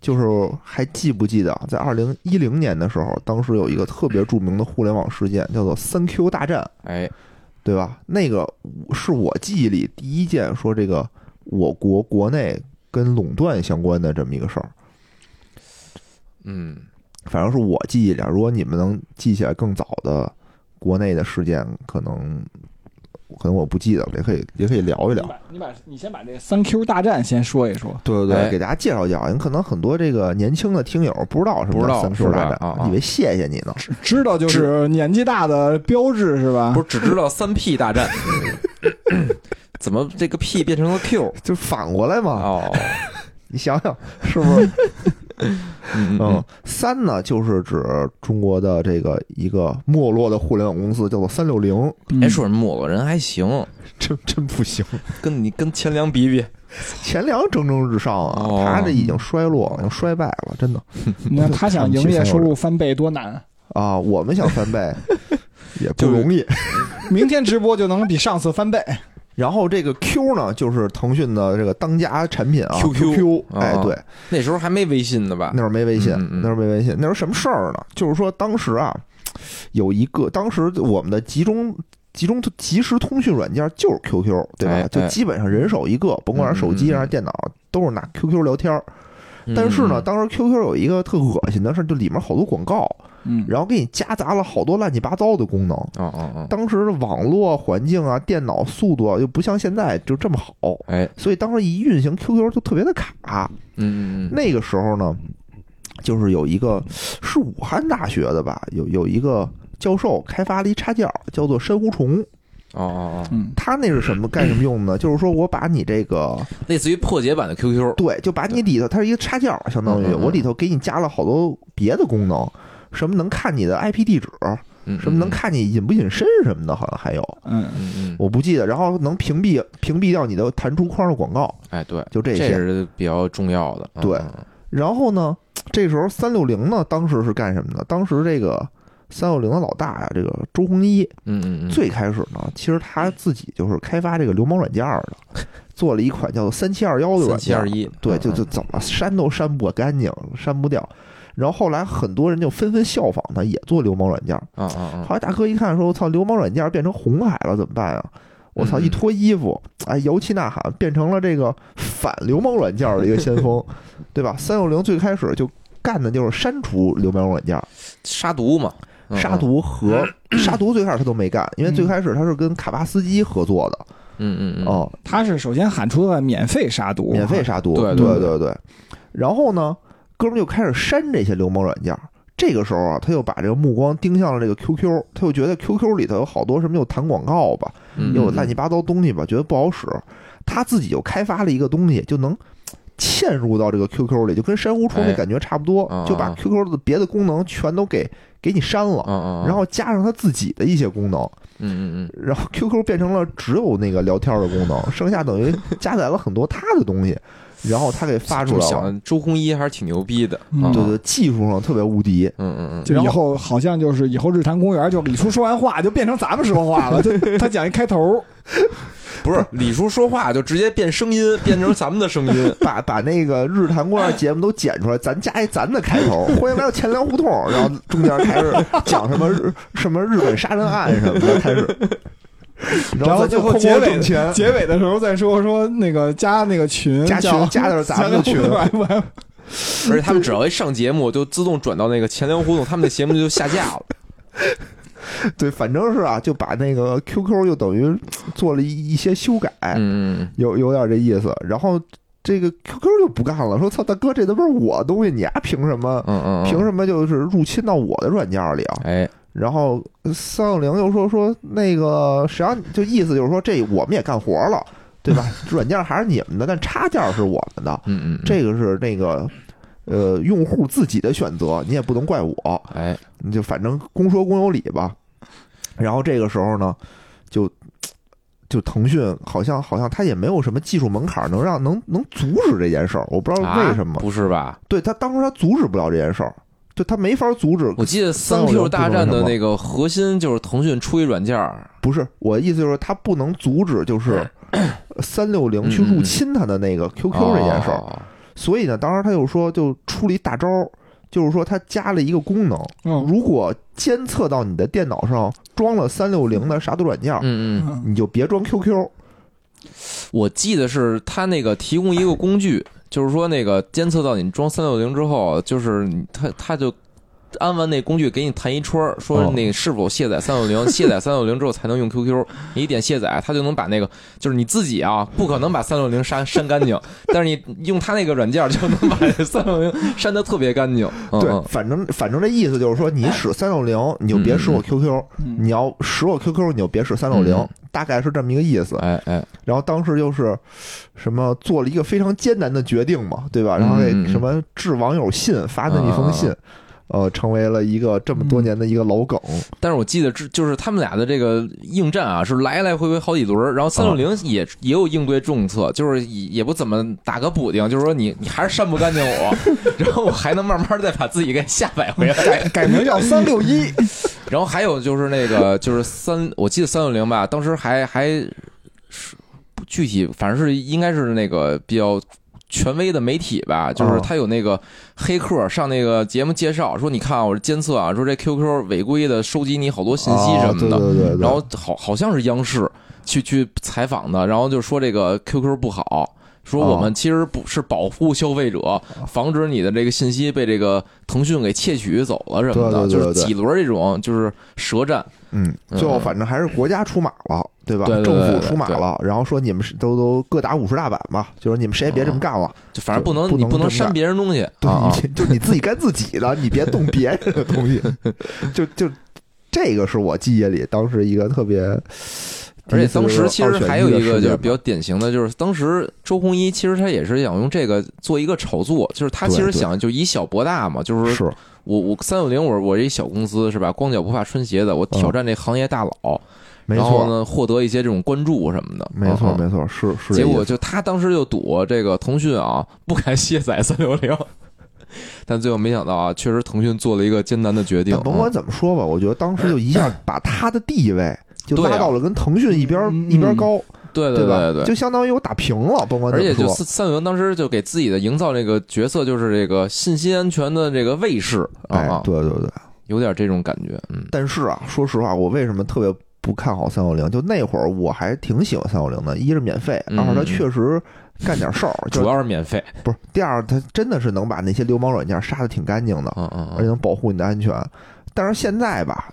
就是还记不记得啊，在二零一零年的时候，当时有一个特别著名的互联网事件，叫做“三 Q 大战”，
哎，
对吧？那个是我记忆里第一件说这个我国国内跟垄断相关的这么一个事儿。
嗯，
反正是我记忆里啊，如果你们能记起来更早的国内的事件，可能可能我不记得了，也可以也可以聊一
你
聊。
把你把你先把这三 Q 大战先说一说，
对对对，
哎
给大家介绍介绍，因为可能很多这个年轻的听友不知道什
不
么叫
知道
三 Q 大
是吧啊啊
战，以为谢谢你呢。
知知道就是年纪大的标志是吧？
不是只知道三 P 大战，怎么这个 P 变成了 Q？
就反过来嘛，
哦，
你想想啊 是不是？
嗯
嗯，三呢就是指中国的这个一个没落的互联网公司，叫做三六零，
嗯
哎，说人抹个人还行，
真真不行，
跟你跟钱粮比比，
前两蒸蒸日上啊，
哦
他这已经衰落了，已经衰败了，真的
那他想营业收入翻倍多难？
啊，我们想翻 倍也不
就是
容易。
明天直播就能比上次翻倍。
然后这个 Q 呢，就是腾讯的这个当家产品啊
QQ
QQ，哎
哦
对，
那时候还没微信呢吧？
那时候没微信
嗯嗯，嗯
那时候没微信，那时候什么事儿呢？就是说当时啊，有一个当时我们的集中。集中即时通讯软件就是 QQ，对吧？
哎
就
哎
基本上人手一个，甭管是手机
嗯嗯嗯
还是电脑，都是拿 QQ 聊天儿。但是呢，
嗯，
当时 QQ 有一个特恶心的事儿，就里面好多广告，
嗯，
然后给你夹杂了好多乱七八糟的功能。
哦哦哦，
当时的网络环境啊，电脑速度啊，又不像现在就这么好，
哎，
所以当时一运行 QQ 就特别的卡。
嗯嗯嗯，
那个时候呢，就是有一个是武汉大学的吧，有有一个教授开发了一插件儿叫做珊瑚虫，
哦哦
嗯，
它那是什么干什么用 呢？就是说我把你这个
哦，类似于破解版的 QQ，
对，就把你里头它是一个插件儿，相当于
嗯嗯嗯
我里头给你加了好多别的功能，什么能看你的 IP 地址，
嗯
什么能，看你隐不隐身什么的，好像还有。
嗯，
嗯嗯嗯，
我不记得，然后能屏蔽屏蔽掉你的弹出框的广告，
哎，对，
就这
这
些。
是比较重要的，嗯
对
嗯嗯
然后呢，这时候三六零呢，当时是干什么的？当时这个三六零的老大啊呀、这个周鸿祎，
嗯嗯嗯，
最开始呢，其实他自己就是开发这个流氓软件儿的，做了一款叫做三七二幺的软
三七
件
二
儿，
一，
对，就
嗯
就怎么删都删不干净，删不掉。然后后来很多人就纷纷效仿他，也做流氓软件儿。
嗯嗯嗯，
后来大哥一看说：“我操，流氓软件变成红海了，怎么办啊？”我操！
嗯
一脱衣服，哎，摇旗呐喊，变成了这个反流氓软件的一个先 锋，对吧？三六零最开始就干的就是删除流氓软件，
杀毒嘛，嗯
杀，毒 和杀毒最开始他都没干，因为最开始他是跟卡巴斯基合作的
嗯嗯嗯，，
哦，
他是首先喊出了免费杀毒，啊
免费杀毒，
对
对对
对
对。然后呢，哥们儿就开始删这些流氓软件。这个时候啊，他又把这个目光盯向了这个 QQ，他又觉得 QQ 里头有好多什么又弹广告吧，
嗯
又有乱七八糟东西吧，觉得不好使，他自己就开发了一个东西，就能嵌入到这个 QQ 里，就跟珊瑚虫那
哎
感觉差不多，
啊
就把
啊
QQ 的别的功能全都给给你删了，
嗯嗯，嗯
然后加上他自己的一些功能，
嗯嗯嗯，
然后 QQ 变成了只有那个聊天的功能，剩下等于加载了很多他的东西，然后他给发出来
想啊
了，
的周鸿祎还是挺牛逼的，
嗯
嗯
对对，技术上特别无敌。，
嗯嗯嗯，
就以后好像就是以后日坛公园就李叔说完话就变成咱们说话了，就他讲一开头，
不是李叔说话就直接变声音，变成咱们的声音
把把那个日坛公园节目都剪出来，咱加一咱的开头，欢迎来到钱粮胡同，然后中间开始讲什么日什么日本杀人案什么的，开始，
然后
咱就
最后
空
结
空
尾
挣钱，
结尾的时候再说说那个加那个群
加群
叫
加的是咱们的群
YY
而且他们只要一上节目，就自动转到那个钱粮胡同，他们的节目就下架了。
对，反正是啊，就把那个 QQ 又等于做了一一些修改，
嗯嗯
有有点这意思。然后这个 QQ 就不干了，说操大哥，这他妈是我的东西，你还凭什么？
嗯嗯，
凭什么就是入侵到我的软件里啊？
哎，
然后三六零又说说那个，实际上就意思就是说，这我们也干活了，对 吧？软件还是你们的，但插件是我们的，
嗯嗯，嗯，
这个是那个呃用户自己的选择，你也不能怪我，
哎，
你就反正公说公有理吧。然后这个时候呢，就就腾讯好像好像它也没有什么技术门槛能让能能阻止这件事儿，我不知道哎为什么，
啊不是吧？
对他当时他阻止不了这件事儿，就他没法阻止
我记得三
三六
Q
零
大战的那个核心就是腾讯出一软件儿，
不是我的意思，就是他不能阻止，就是
哎
三六零去入侵他的那个 QQ 这件事儿。
嗯哦
所以呢，当时他就说，就出了一大招儿，就是说他加了一个功能，
嗯
如果监测到你的电脑上装了三六零的杀毒软件儿，
嗯嗯，
嗯
你就别装 QQ。
我记得是他那个提供一个工具，就是说那个监测到你装三六零之后，就是你他他就安完那工具，给你弹一戳儿，说
哦
那是否卸载三 六零，卸载三六零之后才能用 QQ。你一点卸载，它就能把那个就是你自己啊，不可能把三六零删删干净，但是你用它那个软件就能把三六零删的特别干净。嗯
对，
嗯
反正反正这意思就是说，你使三六零，你就别使我 QQ；
哎嗯
你要使我 QQ，你就别使三六零
嗯，
大概是这么一个意思。
哎哎，
然后当时就是什么做了一个非常艰难的决定嘛，对吧？然后给
嗯嗯嗯啊
什么致网友信，发的那封信，呃，成为了一个这么多年的一个老梗。
但是我记得这就是他们俩的这个应战啊，是来来回回好几轮儿，然后三六零也、也有应对重策，就是也也不怎么打个补丁，就是说你你还是删不干净我，然后我还能慢慢再把自己给下载回来。
改改名叫三六一，
然后还有就是那个就是三，我记得三六零吧，当时还还是具体反正是应该是那个比较。权威的媒体吧，就是
哦
他有那个黑客上那个节目介绍说，你看啊我是监测啊，说这 QQ 违规的收集你好多信息什么的，
啊对对对对，
然后好好像是央视去去采访的，然后就说这个 QQ 不好，说
哦
我们其实不是保护消费者， 防止你的这个信息被这个腾讯给窃取走了什么的，
对对对
就是几轮这种就是舌战，
嗯，
嗯
最后反正还是国家出马了，对吧？
对对对
政
对
府
对
出马了，然后说你们是都都各打五十大板吧，就是你们谁也别这么干了，
就反正不能
不能
你不能
这么干
删别人东西
对，
啊啊
你就你自己干自己的，你别动别人的东 西。就就这个是我记忆里当时一个特别，
而且当时其实还有一个就是比
较
较典型的，就是当时周鸿祎其实他也是想用这个做一个炒作，就是他其
对
实
对
想就以小博大嘛，就是
是
我我三六零我我一小公司是吧，光脚不怕穿鞋的，我
嗯
挑战这行业大佬，
没
然后
错，
呢获得一些这种关注什么的，
没错，
嗯嗯
没错，是是这
结
意思。
果就他当时就赌这个腾讯啊不敢卸载三六零， 但最后没想到啊，确实腾讯做了一个艰难的决定
但，甭管
嗯
怎么说吧，我觉得当时就一下把他的地位就
对啊
拉到了跟腾讯一边
嗯
一边高，
对对
吧？
对
就相当于我打平了，甭管
而
怎
且
么
就
说，
三三六零当时就给自己的营造这个角色就是这个信息安全的这个卫士啊
哎
啊，，
对对对。
有点这种感觉，嗯
但是啊，说实话，我为什么特别不看好三六零？就那会儿我还挺喜欢三六零的，一是免费，
嗯
二是它确实干点事儿，就
主要是免费，
不是第二，它真的是能把那些流氓软件杀的挺干净的，
嗯嗯
而且
嗯，
能保护你的安全。但是现在吧，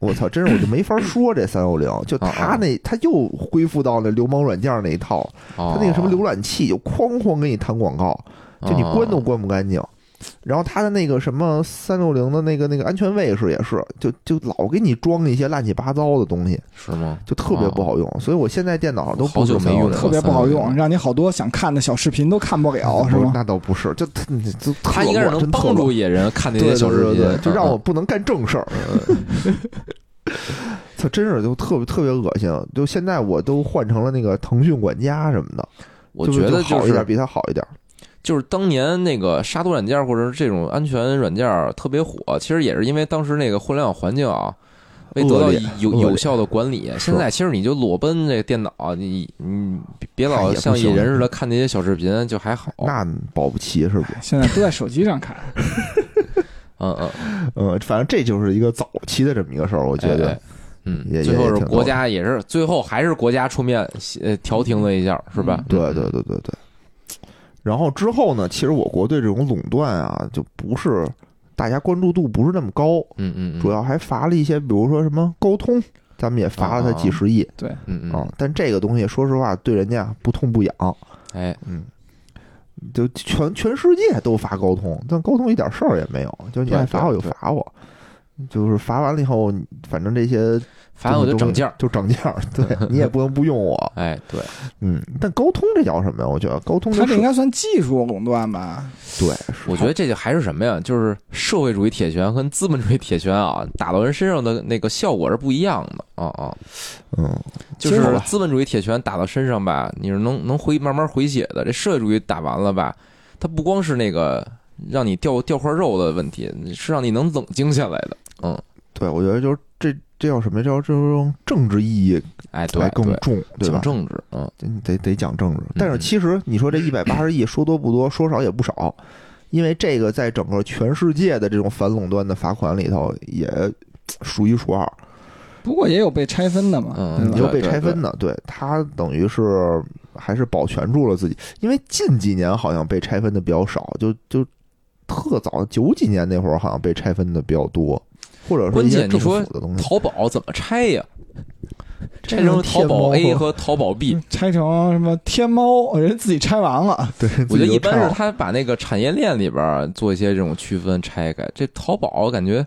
我操，真是我就没法说这三六零，就
啊
他那他又恢复到那流氓软件那一套，他
他
那个什么浏览器就哐哐给你弹广告，
啊
就你关都关不干净。然后它的那个什么三六零的那个那个安全卫士也是，就就老给你装一些乱七八糟的东西，
是吗？
就特别不好用。所以我现在电脑上都不
啊好久
是
没用
360
了
特别不好用，让你好多想看的小视频都看不了，是
不
吗？
那倒不是，就特就特
他应该是
乱
能
真特
帮
乱
助野人看那
对
些
对
小视
对
频，
对，就让我
嗯
不能干正事儿。 操，真是就特别特别恶心，啊就现在我都换成了那个腾讯管家什么的，
啊我
就
觉
是
得
就
就
好一点，
是
比它好一点。
就是当年那个杀毒软件或者是这种安全软件特别火，其实也是因为当时那个互联网环境啊。被得到
恶劣
有
恶劣
有效的管理，现在其实你就裸奔这电脑，你你别
哎
老
也不
像野
行
人似的看那些小视频，就还好。
那保不齐是不是？
现在都在手机上看，
嗯嗯，
嗯，反正这就是一个早期的这么一个事儿，我觉
哎
得
哎。嗯，
也
最
也
后
也
是
挺
国
逗的
家也是最后还是国家出面呃调停了一下，是吧？
嗯对对对对对。然后之后呢，其实我国对这种垄断啊，就不是大家关注度不是那么高，
嗯嗯，嗯
主要还罚了一些，比如说什么高通，咱们也罚
啊
了他几十亿
对，
嗯嗯
啊。但这个东西，说实话，对人家不痛不痒，
哎，
嗯，就全全世界都罚高通，但高通一点事儿也没有，就是你
对
爱罚我就
对
罚我，就是罚完了以后，反正这些
反正我就涨价儿。
就涨价儿，对 你也不能不用我，
哎，对，
嗯。但高通这叫什么呀？我觉得高通
它
这
这
是
应该算技术垄断吧？
对，是
我觉得这就还是什么呀？ 就是社会主义铁拳跟资本主义铁拳啊，打到人身上的那个效果是不一样的啊啊！
嗯，
就
其实
是
我
资本主义铁拳打到身上吧，你是能能回慢慢回血的。这社会主义打完了吧，它不光是那个让你掉掉块肉的问题，是让你能冷静下来的。嗯，
对，我觉得就是这这叫什么？这叫这种政治意义
哎，对
来更
对，
重，对吧
讲？政治，嗯，
得得得讲政治。但是其实你说这一百八十亿说多不多，说少也不少，因为这个在整个全世界的这种反垄断的罚款里头也数一数二，
不过也有被拆分的嘛，
嗯
对吧
也有被
对
拆分的。对，它等于是还是保全住了自己，因为近几年好像被拆分的比较少，就就特早九几年那会儿好像被拆分的比较多，或者说
关
一些
键你
政府
说
的东西。
淘宝怎么拆呀？拆
这
成
种
淘
天
宝
猫
A 和淘宝 B，
拆成什么天猫，人自己拆完了。
对，
我觉得
自己
一
就
般
拆
是
了
他把那个产业链里边儿做一些这种区分拆开，这淘宝感觉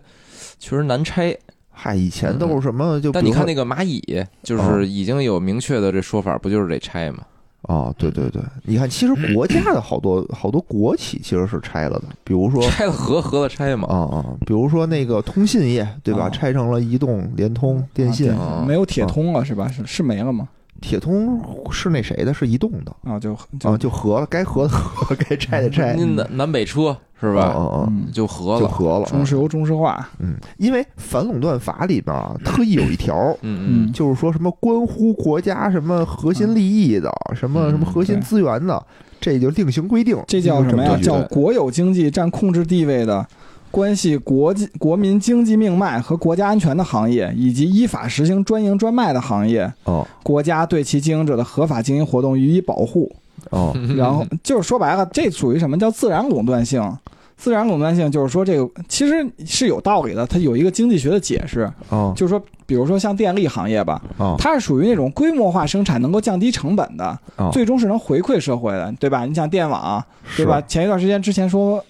确实难拆。
嗨，以前都是什么就
嗯但你看那
个
个蚂蚁，就
哦
是已经有明确的这说法，不就是得拆吗？
哦，
嗯
对对对，你看其实国家的好多好多国企其实是拆了的，比如 说
拆了合合了拆嘛。
啊啊，比如说那个通信业，对吧？
啊
拆成了移动、联通、电信
啊、
啊
对没有铁通了是吧？是是没了吗？
铁通是那谁的？是移动的
啊，就
啊，就合了，该合的 合，该拆的拆，
那南南北车是吧？
啊啊，
嗯，
就合
嗯就
了。
合了。啊
中石油、中石化，
嗯，因为反垄断法里边啊，特意有一条，
嗯嗯，
就是说什么关乎国家什么核
嗯
心利益的，什么
嗯
什么核心资源的，这就另行规定。
这叫什么呀？
对对对
叫国有经济占控制地位的。关系国际国民经济命脉和国家安全的行业，以及依法实行专营专卖的行业，
哦
国家对其经营者的合法经营活动予以保护。
哦
嗯
然后就是说白了，这属于什么叫自然垄断性？自然垄断性就是说，这个其实是有道理的，它有一个经济学的解释，
哦
就是说，比如说像电力行业吧，
哦
它是属于那种规模化生产，能够降低成本的
哦，
最终是能回馈社会的，对吧？你像电网，对吧？前一段时间之前说。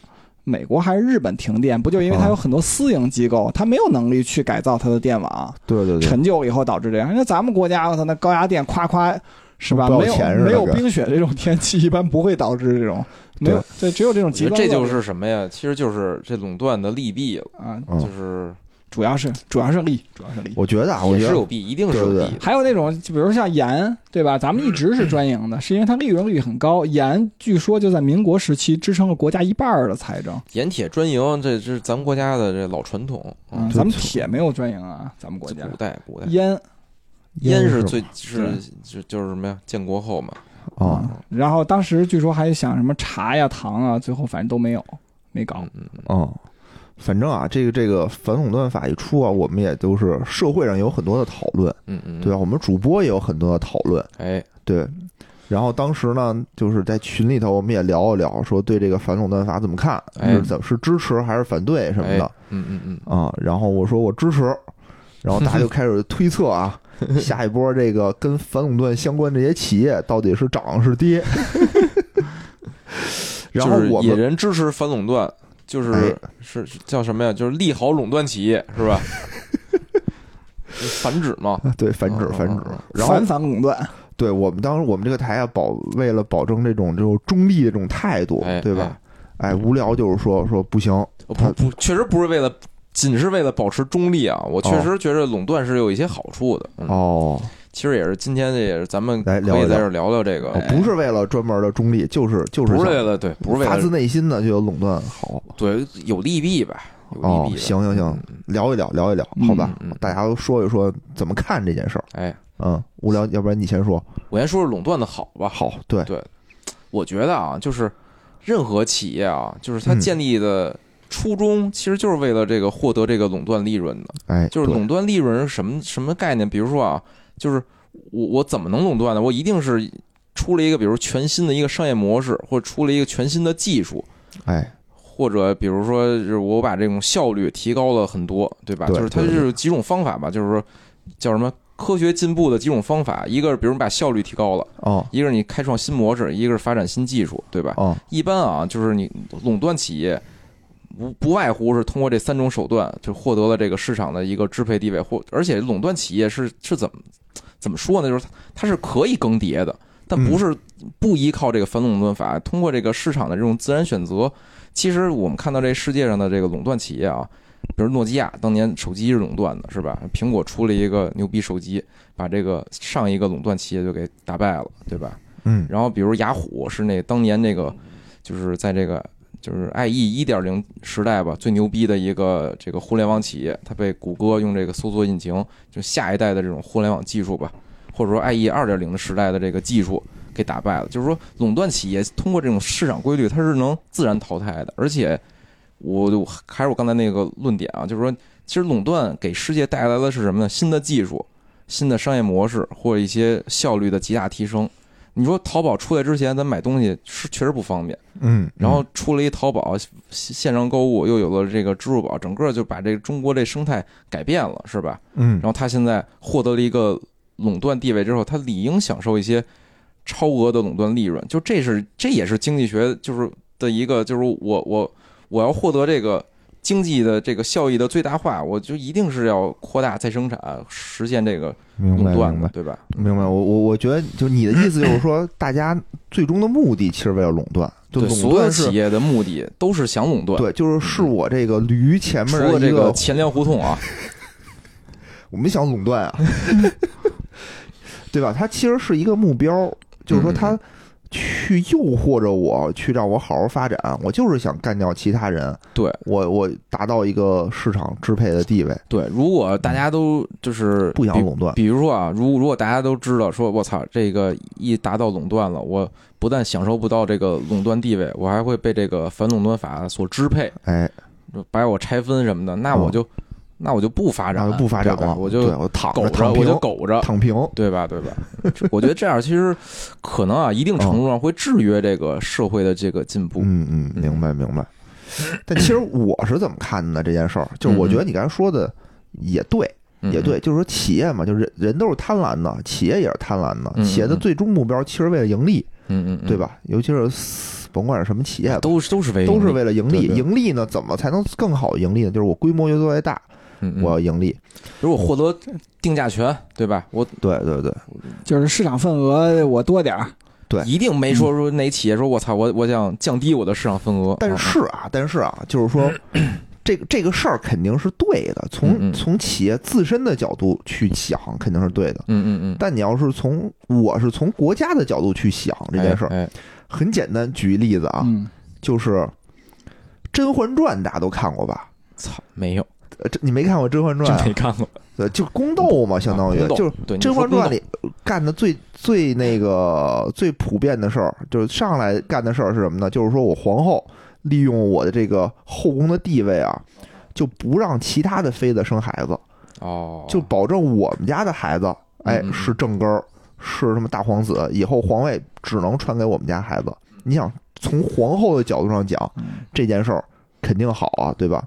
美国还是日本停电，不就因为它有很多私营机构，它没有能力去改造它的电网，
对对对，
陈旧以后导致这样。那咱们国家，我操，那高压电夸夸是吧？
不要
没有
钱似的
没有
跟
冰雪这种天气，一般不会导致这种没有，对，只有这种
我觉
极
得
端
这
恶劣。
就是什么呀？其实就是这垄断的利弊，
啊，
嗯
就是
主要是主要是利，主要是利。
我觉得啊，我
也
觉
是
得
有弊，一定是有
对对
弊的。
还有那种，就比如像盐，对吧？咱们一直是专营的，是因为它利润率很高。盐据说就在民国时期支撑了国家一半儿的财政。啊
盐铁专营，这这是咱们国家的这老传统。
嗯，
嗯，
对
咱们铁没有专营啊，咱们国家
古代古代
烟
烟是
吗
最是就就是什么呀？建国后嘛。
啊
嗯然后当时据说还想什么茶呀、糖啊，最后反正都没有，没搞。
嗯嗯嗯
哦，反正啊，这个这个反垄断法一出啊，我们也都是社会上有很多的讨论，
嗯嗯，
对吧？我啊们主播也有很多的讨论，
哎，
对。然后当时呢，就是在群里头，我们也聊一聊，说对这个反垄断法怎么看，
哎
是怎是支持还是反对什么的。
哎嗯嗯嗯，
啊，然后我说我支持，然后大家就开始推测 啊，下一波这个跟反垄断相关这些企业到底是涨是 跌。然后
就是
我
野
们
人支持反垄断，就是、
哎
是是叫什么呀？就是利好垄断企业是吧？ 繁殖嘛，
啊对繁殖
嗯嗯
繁殖
嗯嗯，
然后
反反垄断，
对我们当时我们这个台啊，保为了保证这种这种中立的这种态度
哎，
对吧？哎，无聊就是说说不行，
我
他
哦不不，确实不是为了，仅是为了保持中立啊。我确实觉得垄断是有一些好处的。嗯，
哦，
其实也是今天这也是咱们可
来
以
聊一聊
在这儿聊聊这个，哎
哦不是为了专门的中立，就是就是
不是
想
为了对，不是为
发自
了
内心的就有垄断好。
对有利弊吧，有
哦
利弊吧。
行行行
嗯，
聊一聊，聊一聊，
嗯
好吧
嗯嗯，
大家都说一说怎么看这件事儿。
哎，
嗯，无聊，要不然你先说。
我先说说垄断的好吧。
好，对，
我觉得啊，就是任何企业啊，就是它
嗯
建立的初衷，其实就是为了这个获得这个垄断利润的。
哎，
就是
对
垄断利润是什么什么概念？比如说啊，就是我我怎么能垄断呢？我一定是出了一个，比如全新的一个商业模式，或者出了一个全新的技术，
哎，
或者比如说是我把这种效率提高了很多，对吧？
对
就是它
对
就
对
是几种方法吧，就是说叫什么科学进步的几种方法，一个是比如把效率提高了，
哦
一个是你开创新模式，一个是发展新技术，对吧？
哦，
一般啊，就是你垄断企业不不外乎是通过这三种手段，就获得了这个市场的一个支配地位，或而且垄断企业是是怎么怎么说呢？就是它它是可以更迭的，但不是不依靠这个反垄断法，通过这个市场的这种自然选择，其实我们看到这世界上的这个垄断企业啊。比如诺基亚当年手机是垄断的，是吧？苹果出了一个牛逼手机，把这个上一个垄断企业就给打败了，对吧？
嗯，
然后比如雅虎是那当年那个，就是在这个就是 IE 一点零时代吧，最牛逼的一个这个互联网企业，它被谷歌用这个搜索引擎，就下一代的这种互联网技术吧，或者说 IE 二点零的时代的这个技术给打败了。就是说，垄断企业通过这种市场规律，它是能自然淘汰的。而且我，我还是我刚才那个论点啊，就是说，其实垄断给世界带来的是什么呢？新的技术、新的商业模式或者一些效率的极大提升。你说淘宝出来之前，咱买东西是确实不方便，
嗯，
然后出了一淘宝线线上购物，又有了这个支付宝，整个就把这个中国这生态改变了，是吧？
嗯
然，后它现在获得了一个垄断地位之后，它理应享受一些超额的垄断利润。就这是这也是经济学就是的一个，就是我我我要获得这个经济的这个效益的最大化，我就一定是要扩大再生产，实现这个
嗯明白
垄断
明
的，
白
对吧？
明白。我我我觉得，就你的意思就是说，大家最终的目的其实为了垄断，就
对，
垄
所有
断
企
是。
业的目的都是想垄断。嗯
对，就是是我这个驴前
除
面
了
的
这
一
个钱粮胡 同啊，
我们想垄 断啊，对吧？它其实是一个目标，就是
嗯
说它去诱惑着我，去让我好好发展。我就是想干掉其他人，
对
我我达到一个市场支配的地位，
对，如果大家都就是
不想
比
垄断。
比如说啊，如如果大家都知道说，我操，这个一达到垄断了，我不但享受不到这个垄断地位，我还会被这个反垄断法所支配，
哎，
把我拆分什么的，那
嗯
我就、那我就不发
然
展，
后不发展
对吧
了，
我
对
就
我躺
苟着，
躺
我就
平，
苟着，
躺平。
对吧？对吧？ 我觉得这样其实可能啊，一定程度上会制约这个社会的这个进步。
嗯嗯，明白明白。但其实我是怎么看的呢这件事儿？就是我觉得你刚才说的也对，
嗯
也对，，就是说企业嘛，就是人人都是贪婪的，企业也是贪婪的，
嗯
企业的
嗯
最终目标其实为了盈利，
嗯嗯，嗯
对？吧？尤其是私甭管是什么企业吧，
都是都是为
都是
利
为了盈利。
对对
盈利呢，怎么才能更好盈利呢？就是我规模越做越大，
嗯嗯
我要盈利。
如果获得定价权，对吧？我
对对对，
就是市场份额我多点儿，
对
一定没说说哪企业说我操，我我想降低我的市场份额。
但是啊，但是啊，就是说。这个这个事儿肯定是对的，
嗯
从
嗯
从企业自身的角度去想，肯定是对的。
嗯，嗯嗯嗯，
但你要是从我是从国家的角度去想这件事儿，
哎，哎
很简单。举一例子啊，
嗯，
就是《甄嬛传》，大家都看过吧？
操，没有，
呃，这你没看过《甄嬛传
真》没看过，
啊？就宫斗嘛， 相当于
啊宫斗
就是
对
《
《
甄嬛传》
里
里干的最最那个最普遍的事儿，就是上来干的事儿是什么呢？就是说我皇后利用我的这个后宫的地位啊，就不让其他的妃子生孩子，
哦，
就保证我们家的孩子，哎
嗯，嗯
是正根儿，是什么大皇子，以后皇位只能传给我们家孩子。你想从皇后的角度上讲，这件事儿肯定好啊，对吧？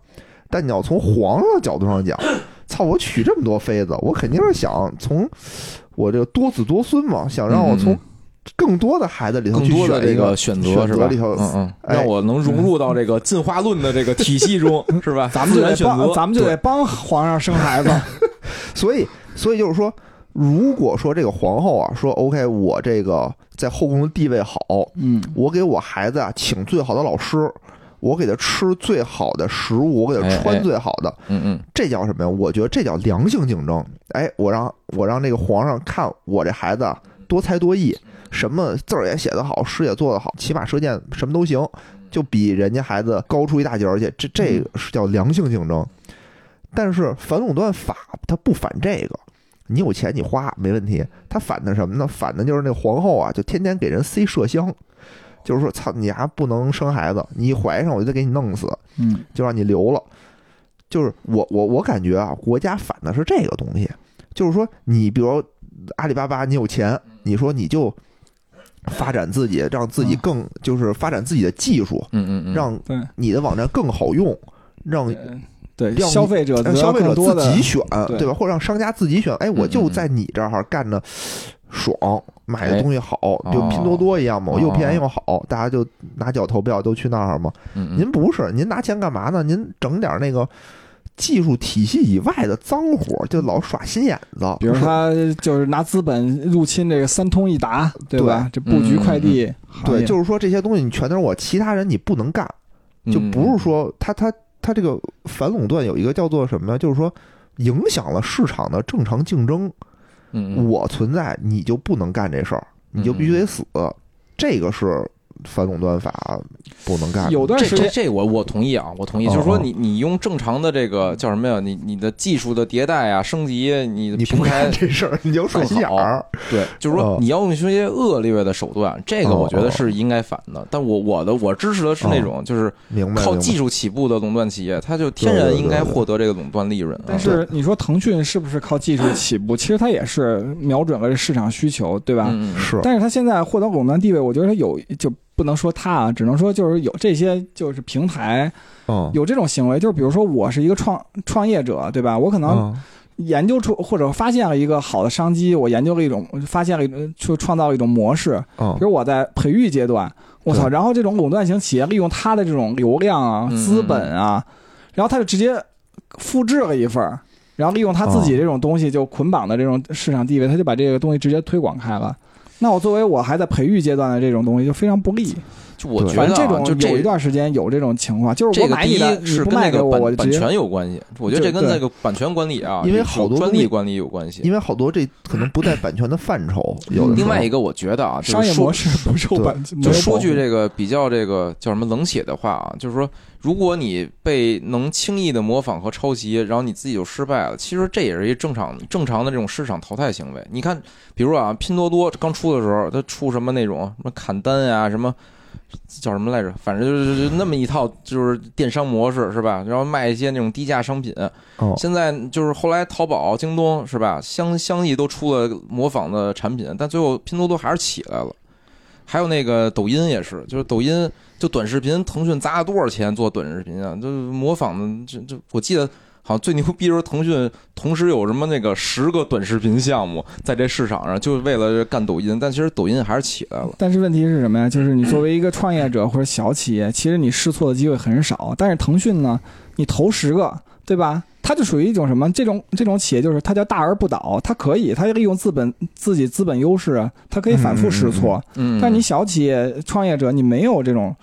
但你要从皇上的角度 上讲，操，我娶这么多妃子，我肯定是想从我这个多子多孙嘛，想让我
嗯
从
嗯
更多的孩子里头
更
去
多
选
的这
一个
个选
选择
择是吧？
里头
嗯嗯，
哎
让我能融入到这个进化论的这个体系中，
嗯
是吧？
咱们
自
就
然
得
选
帮，
择，
咱们就得帮皇上生孩子，
所以，所以就是说，如果说这个皇后啊，说 OK，我这个在后宫的地位好，
嗯，
我给我孩子啊请最好的老师，我给他吃最好的食物，我给他
哎哎
穿最好的，
嗯嗯，
这叫什么呀？我觉得这叫良性竞争。哎，我让我让这个皇上看我这孩子啊多才多艺，什么字儿也写得好，诗也做得好，骑马射箭什么都行，就比人家孩子高出一大截儿去。这这个是叫良性竞争。但是反垄断法它不反这个，你有钱你花没问题，它反的什么呢？反的就是那皇后啊，就天天给人塞麝香，就是说操你丫不能生孩子，你一怀上我就得给你弄死。
嗯，
就让你留了。就是我我我感觉啊，国家反的是这个东西，就是说你比如阿里巴巴，你有
嗯
钱，你说你就发展自己，让自己更就是发展自己的技术，
嗯嗯嗯，
让
对，
你的网站更好用，让
呃对，
让
消费者
让
得
呃消
到
费者
更多
自
的
己，选，
对
对吧？或者让商家自己选，哎，我
嗯
就
嗯
在你这儿干的爽，买的
哎
东西好，就
哦
拼多多一样嘛，
哦
我又便宜又好，大家就拿脚投票，都去那儿嘛。
嗯
您不是，您拿钱干嘛呢？您整点那个技术体系以外的脏活儿，就老耍心眼子。
比如
是
他就是拿资本入侵这个三通一达，对吧？这布局快递行业，
对，就是说这些东西你全都是我，其他人你不能干，
嗯
就不是说他他他这个反垄断有一个叫做什么呀？就是说影响了市场的正常竞争，
嗯嗯嗯嗯
我存在你就不能干这事儿，你就必须得死。这个是反垄断法不能干的。
有段
这
时
这
间
这我我同意啊，我同意，
哦
就是说你你用正常的这个叫什么呀？你你的技术的迭代啊，升级，你的
你
平
不
台
干这事儿，你就耍心眼儿。
对，就是说
哦
你要用一些恶劣的手段，这个我觉得是应该反的。但我我的我支持的是那种就是
哦明白？
靠
明白
技术起步的垄断企业，它就天然应该获得这个垄断利润啊。
嗯但是你说腾讯是不是靠技术起步？其实它也是瞄准了市场需求，对吧？
嗯，嗯嗯
是
但是它现在获得垄断地位，我觉得它有就不能说它啊，只能说就是有这些就是平台
嗯
有这种行为，就是比如说我是一个创创业者，对吧？我可能
嗯
研究出或者发现了一个好的商机，我研究了一种发现了一种就创造了一种模式，
嗯
哦
比如我在培育阶段，我操，
对
然后这种垄断型企业利用它的这种流量啊、
嗯
资本啊，然后他就直接复制了一份儿，然后利用他自己这种东西就捆绑的这种市场地位，他就把这个东西直接推广开了。那我作为我还在培育阶段的这种东西就非常不利，
就我觉
对
得
反正这
啊，
种
就
有一
这。
段时间有这种情况，就是
这
我
个
买
第
你的，
一
你
是
不
跟那
卖给
个
我，我
版
就
版
直接
权有关系，我觉得这
就
跟那个版权管理啊，
因为
有
好多
专
东西
利管理有关系。
因为好多这可能不在版权的范 畴，有的时候
另外一个，我觉得啊，就是
商业
说
模式不受
对
版，没
就
有
说
保
句
护
这个比较这个叫什么冷血的话啊，就是说，如果你被能轻易的模仿和抄袭，然后你自己就失败了，其实这也是一正常正常的这种市场淘汰行为。你看，比如说啊，拼多多刚出的时候，它出什么那种什么砍单呀、什么叫什么来着，反正就是就那么一套就是电商模式是吧？然后卖一些那种低价商品，
哦
现在就是后来淘宝、京东是吧，相相继都出了模仿的产品，但最后拼多多还是起来了。还有那个抖音也是，就是抖音就短视频，腾讯砸了多少钱做短视频啊？就是模仿的，就就我记得好像最牛逼的时候，腾讯同时有什么那个十个短视频项目在这市场上，就是为了干抖音，但其实抖音还是起来了。
但是问题是什么呀？
嗯
就是你作为一个创业者或者小企业，其实你试错的机会很少。但是腾讯呢，你投十个，对吧？它就属于一种什么？这种这种企业就是它叫大而不倒，它可以，它利用资本自己资本优势，它可以反复试错。
嗯，
但是你小企业创业者，你没有这种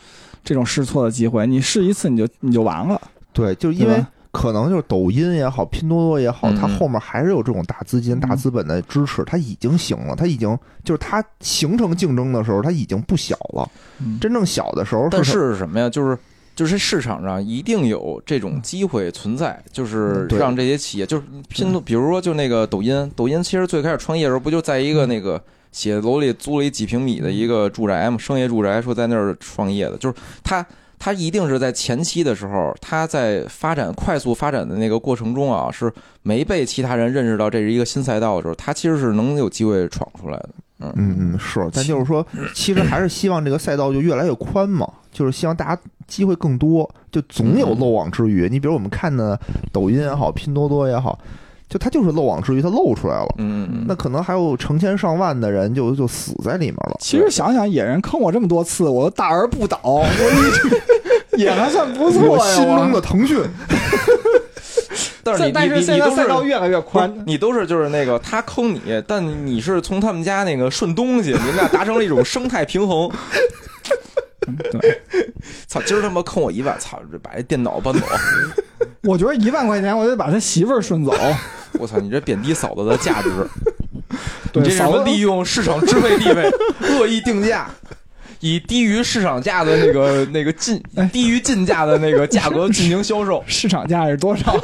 这种试错的机会，你试一次你就你就完了，
对，就是因
对
为
吧
可能就是抖音也好，拼多多也好，
嗯
它后面还是有这种大资金、
嗯
大资本的支持，它已经行了，它已经就是它形成竞争的时候，它已经不小了。
嗯
真正小的时候，
但是什么呀？就是就是市场上一定有这
嗯
种机会存在，就是
对
让这些企业，就是拼多，比如说就那个抖音，抖音其实最开始创业的时候，不就在一
嗯
个那个写字楼里租了一几平米的一个住宅嘛，商业住宅，说在那儿创业的，就是他。他一定是在前期的时候，他在发展快速发展的那个过程中啊，是没被其他人认识到这是一个新赛道的时候，他其实是能有机会闯出来的。
嗯嗯是，但就是 说，其实还是希望这个赛道就越来越宽嘛，就是希望大家机会更多，就总有漏网之鱼。你比如我们看的抖音也好，拼多多也好，就它就是漏网之鱼，它露出来了，
嗯，嗯嗯
那可能还有成千上万的人就就死在里面了。
其实想想，野人坑我这么多次，我都大而不倒，我一直 也还算不错呀。
我心中
我
的腾 讯，
但是你
但
你
是
你
现
你
在
都
赛
是
道越来越宽，
你都是就是那个他坑你，但你是从他们家那个顺东西，你们俩达成了一种生态平衡。
对。
操，今儿他妈坑我一万，操，这把这电脑搬走，
我觉得一万块钱，我得把他媳妇儿顺 走。
哦我操，你这贬低嫂子的价值，你
对，
这是什
嫂
么
子
利用市场支配 地位，恶意定价。以低于市场价的那 个那个进
哎
低于进价的那个价格进行销 售，
市场价是多 少？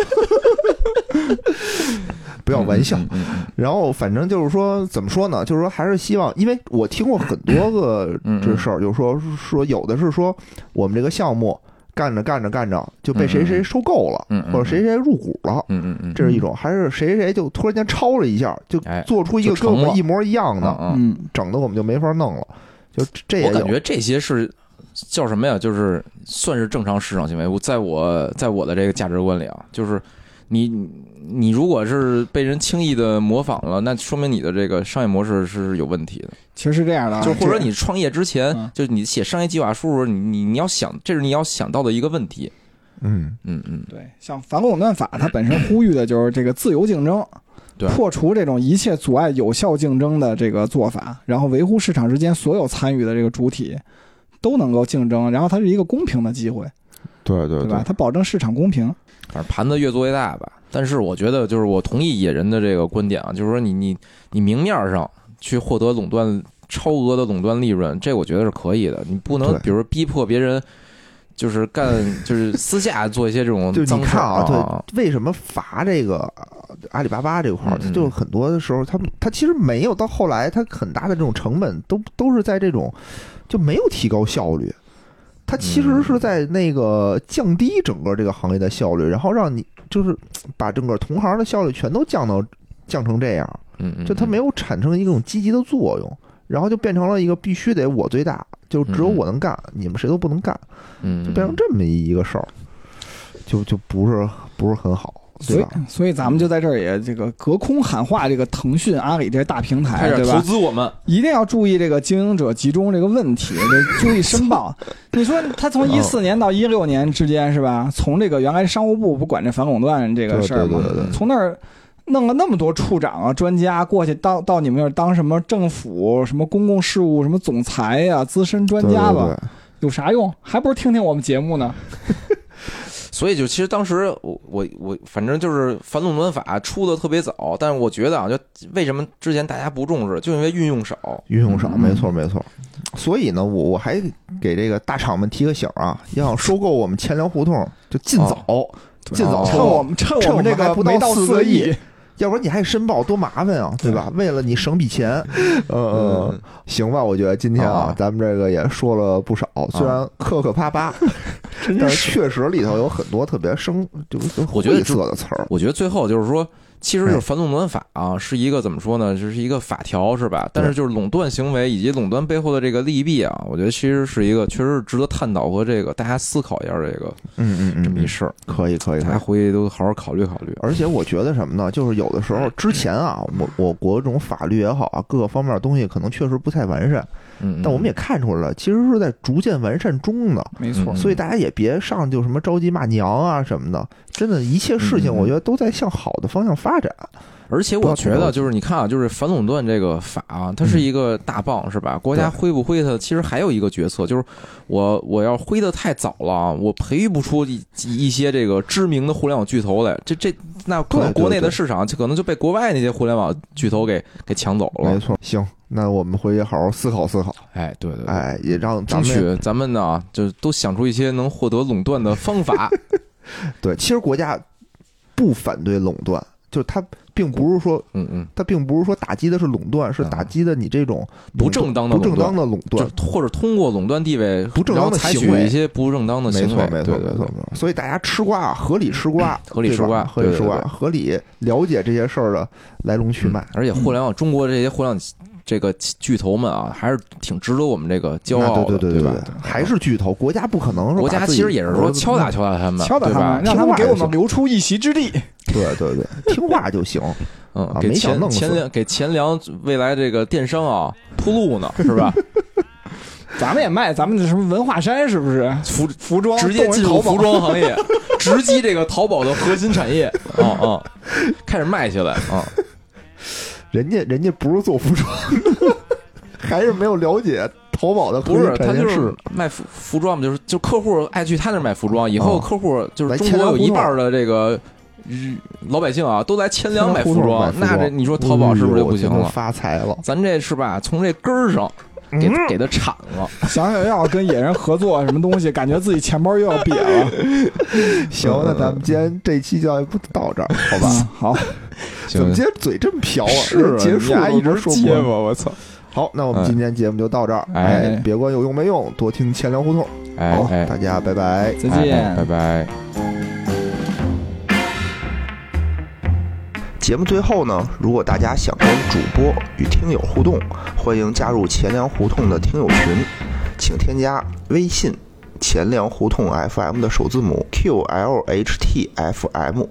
不要玩笑。
嗯
然后反正就是说，怎么说呢？就是说还是希望，因为我听过很多个
嗯嗯
这事儿，就是说说有的是说我们这个项目干着干着干着就被谁谁收购了，
嗯嗯嗯嗯
或者谁谁入股了。
嗯嗯嗯
这是一种，还是谁谁谁就突然间抄了一下，就
哎
做出一个
就成
跟我们
了
一模一样的，
啊
嗯，
整的我们就没法弄了。就这也
我感
有
觉这些是叫什么呀？就是算是正常市场行为。我在我在我的这个价值观里啊，就是你你如果是被人轻易的模仿了，那说明你的这个商业模式是有问题的。
其实是这样的啊，
就是或者
这
你创业之前
嗯，
就是你写商业计划书的时候，你你你要想，这是你要想到的一个问题。
嗯，
嗯嗯，
对像反垄断法，它本身呼吁的就是这个自由竞争，
对
破除这种一切阻碍有效竞争的这个做法，然后维护市场之间所有参与的这个主体都能够竞争，然后它是一个公平的机会，
对对
对吧？它保证市场公平。
反正盘子越做越大吧。但是我觉得，就是我同意野人的这个观点啊，就是说你你你明面上去获得垄断超额的垄断利润，这我觉得是可以的。你不能
对
比如逼迫别人，就是干就是私下做一些这种
就你
脏事
看
儿
啊，
啊。
对，为什么罚这个呃阿里巴巴这块儿，
嗯
它就是很多的时候，它它其实没有到后来，它很大的这种成本都都是在这种就没有提高效率，它其实
嗯
是在那个降低整个这个行业的效率，然后让你就是嘖把整个同行的效率全都降到降成这样，
嗯嗯，
就它没
有
有产生一种积极的作用，然后就变成了一个必须得我最大，就只有
嗯嗯
我能干，你们谁都不能干。
嗯
就变成这么一个事儿，就就不是不是很好，
所
对
以
吧？，
所以咱们就在这儿也这个隔空喊话，这个腾讯、阿里这些大平
开
台，
始
对
投
吧？
资我们，
一定要注意这个经营者集中这个问 题，得注意申报。你说他从一四
哦
年到一六年之间是吧？从这个原来商务部不管这反垄断这个
对
事儿
对
嘛
对，对，
从那儿弄了那么多处长啊、专家过去到到你们那儿当什么政府什么公共事务什么总裁呀、资深专家吧，
对，
有啥用？还不是听听我们节目呢？
所以就其实当时我我我反正就是反垄断法出的特别早，但是我觉得啊，就为什么之前大家不重视，就因为运用少。
运用上
嗯
没错没错。所以呢，我我还给这个大厂们提个醒啊，要想收购我们钱粮胡同，就尽早，尽早
哦趁
收
我
购，
们趁
哦趁
我们这
我们还
个
不
没
到
到
四
四
个
个
亿
亿，
要不然你还申报多麻烦啊，对吧？为了你省笔钱，呃，
嗯
行吧，我觉得今天啊
哦
啊，
咱们这个也说了不少，虽然磕磕巴巴，但是确实里头有很多特别生就是
我觉得
晦
这
涩的词儿，
我觉得最后就是说，其
哎
实就是反垄断法啊，是一个怎么说呢，就是一个法条是吧？但是就是垄断行为以及垄断背后的这个利弊啊，我觉得其实是一个确实是值得探讨和这个大家思考一下这个
嗯嗯嗯，
这么一
嗯
事儿，
可以可以，
大
可以
家回去都好好考虑考虑。
而且我觉得什么呢？就是有的时候之前啊，我我国这种法律也好啊，各个方面的东西可能确实不太完善，
嗯，嗯
但我们也看出来了，其实是在逐渐完善中的。
没
错嗯
所以大家也别上就什么着急骂娘啊什么的，真的，一切事情
嗯嗯
我觉得都在向好的方向发展。
而且我觉得就是你看啊，就是反垄断这个法啊，它是一个大棒是吧？国家
嗯对
挥不挥它，其实还有一个决策，就是我我要挥得太早了啊，我培育不出一一些这个知名的互联网巨头来，这这那可能
对对
国内的
对
市场就可能就被国外那些互联网巨头给给抢走
没
了。
错，行，那我们回去好好思考思考，
哎，对对对，
哎，也让咱
争
们
取咱们呢，就都想出一些能获得垄断的 方法。
对，其实国家不反对垄断，就是它并不是说
嗯嗯，
它并不是说打击的是垄断，是
嗯
打击的你这种
不正当的
不
垄断
正当的垄断
就，或者通过垄断地位，
不正当
然后
的
采取
行为
一些不正当的行
没
为。
错，没错，
对对
没
对嗯
错，没错。所以大家吃瓜啊，合理吃瓜，
合理吃瓜
对吧合理吃瓜
对对，嗯对
合理了解这些事儿的来龙去脉。
而且互联网中国这些互联网这个巨头们啊，还是挺值得我们这个骄傲
那
的，
啊对对对
对吧？嗯
还是巨头，国家不可能说
国
把
家
自
其
己嗯
实也是说敲打，敲打他们，
敲打他
对吧？
们，让他们
听话
给我
就
们
行
留出一席之地。
对对对，听话就行。
嗯
啊，
给
没想
钱
弄死
钱粮给钱粮未来这个电商啊铺路呢，是吧？
咱们也卖咱们的什么文化衫，是不是？
服
服装
直接进入
动人淘
服
宝
装行业，直击这个淘宝的核心产 业啊啊，开始卖起来啊！
人家人家不是做服装的， 还是没有了解淘宝的
不
核
是
心，
他
产业
就是
是
卖服服装嘛，就是就客户爱去他那儿买服装，以后
啊
客户就是
来
中
千
国
粮
有
胡
一
同
半儿的这个嗯老百姓啊，都来钱粮买服
千粮胡同
装
买，服
那
装
这你说淘宝是不是就不
哎
行
呦我真的
了？
发财了，
咱这是吧，从这根儿上给给它铲了，
想想要跟野人合作什么东西，感觉自己钱包又要瘪 了，
行，那咱们今天这期就不到这儿，好
好
吧？
吧？好，
怎么今天嘴这么瓢啊？
是
结束
你还
都
一直
不是说
接
过
我，我操！
好，那我们今天节目就到这儿。
哎
哎，别管有用没用，多听钱粮胡同。
哎
好，
哎，
大家拜拜。
再
哎
见，
拜拜。
节目最后呢，如果大家想跟主播与听友互动，欢迎加入钱粮胡同的听友群，请添加微信“钱粮胡同 FM” 的首字母 “QLHTFM”，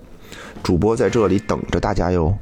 主播在这里等着大家哟。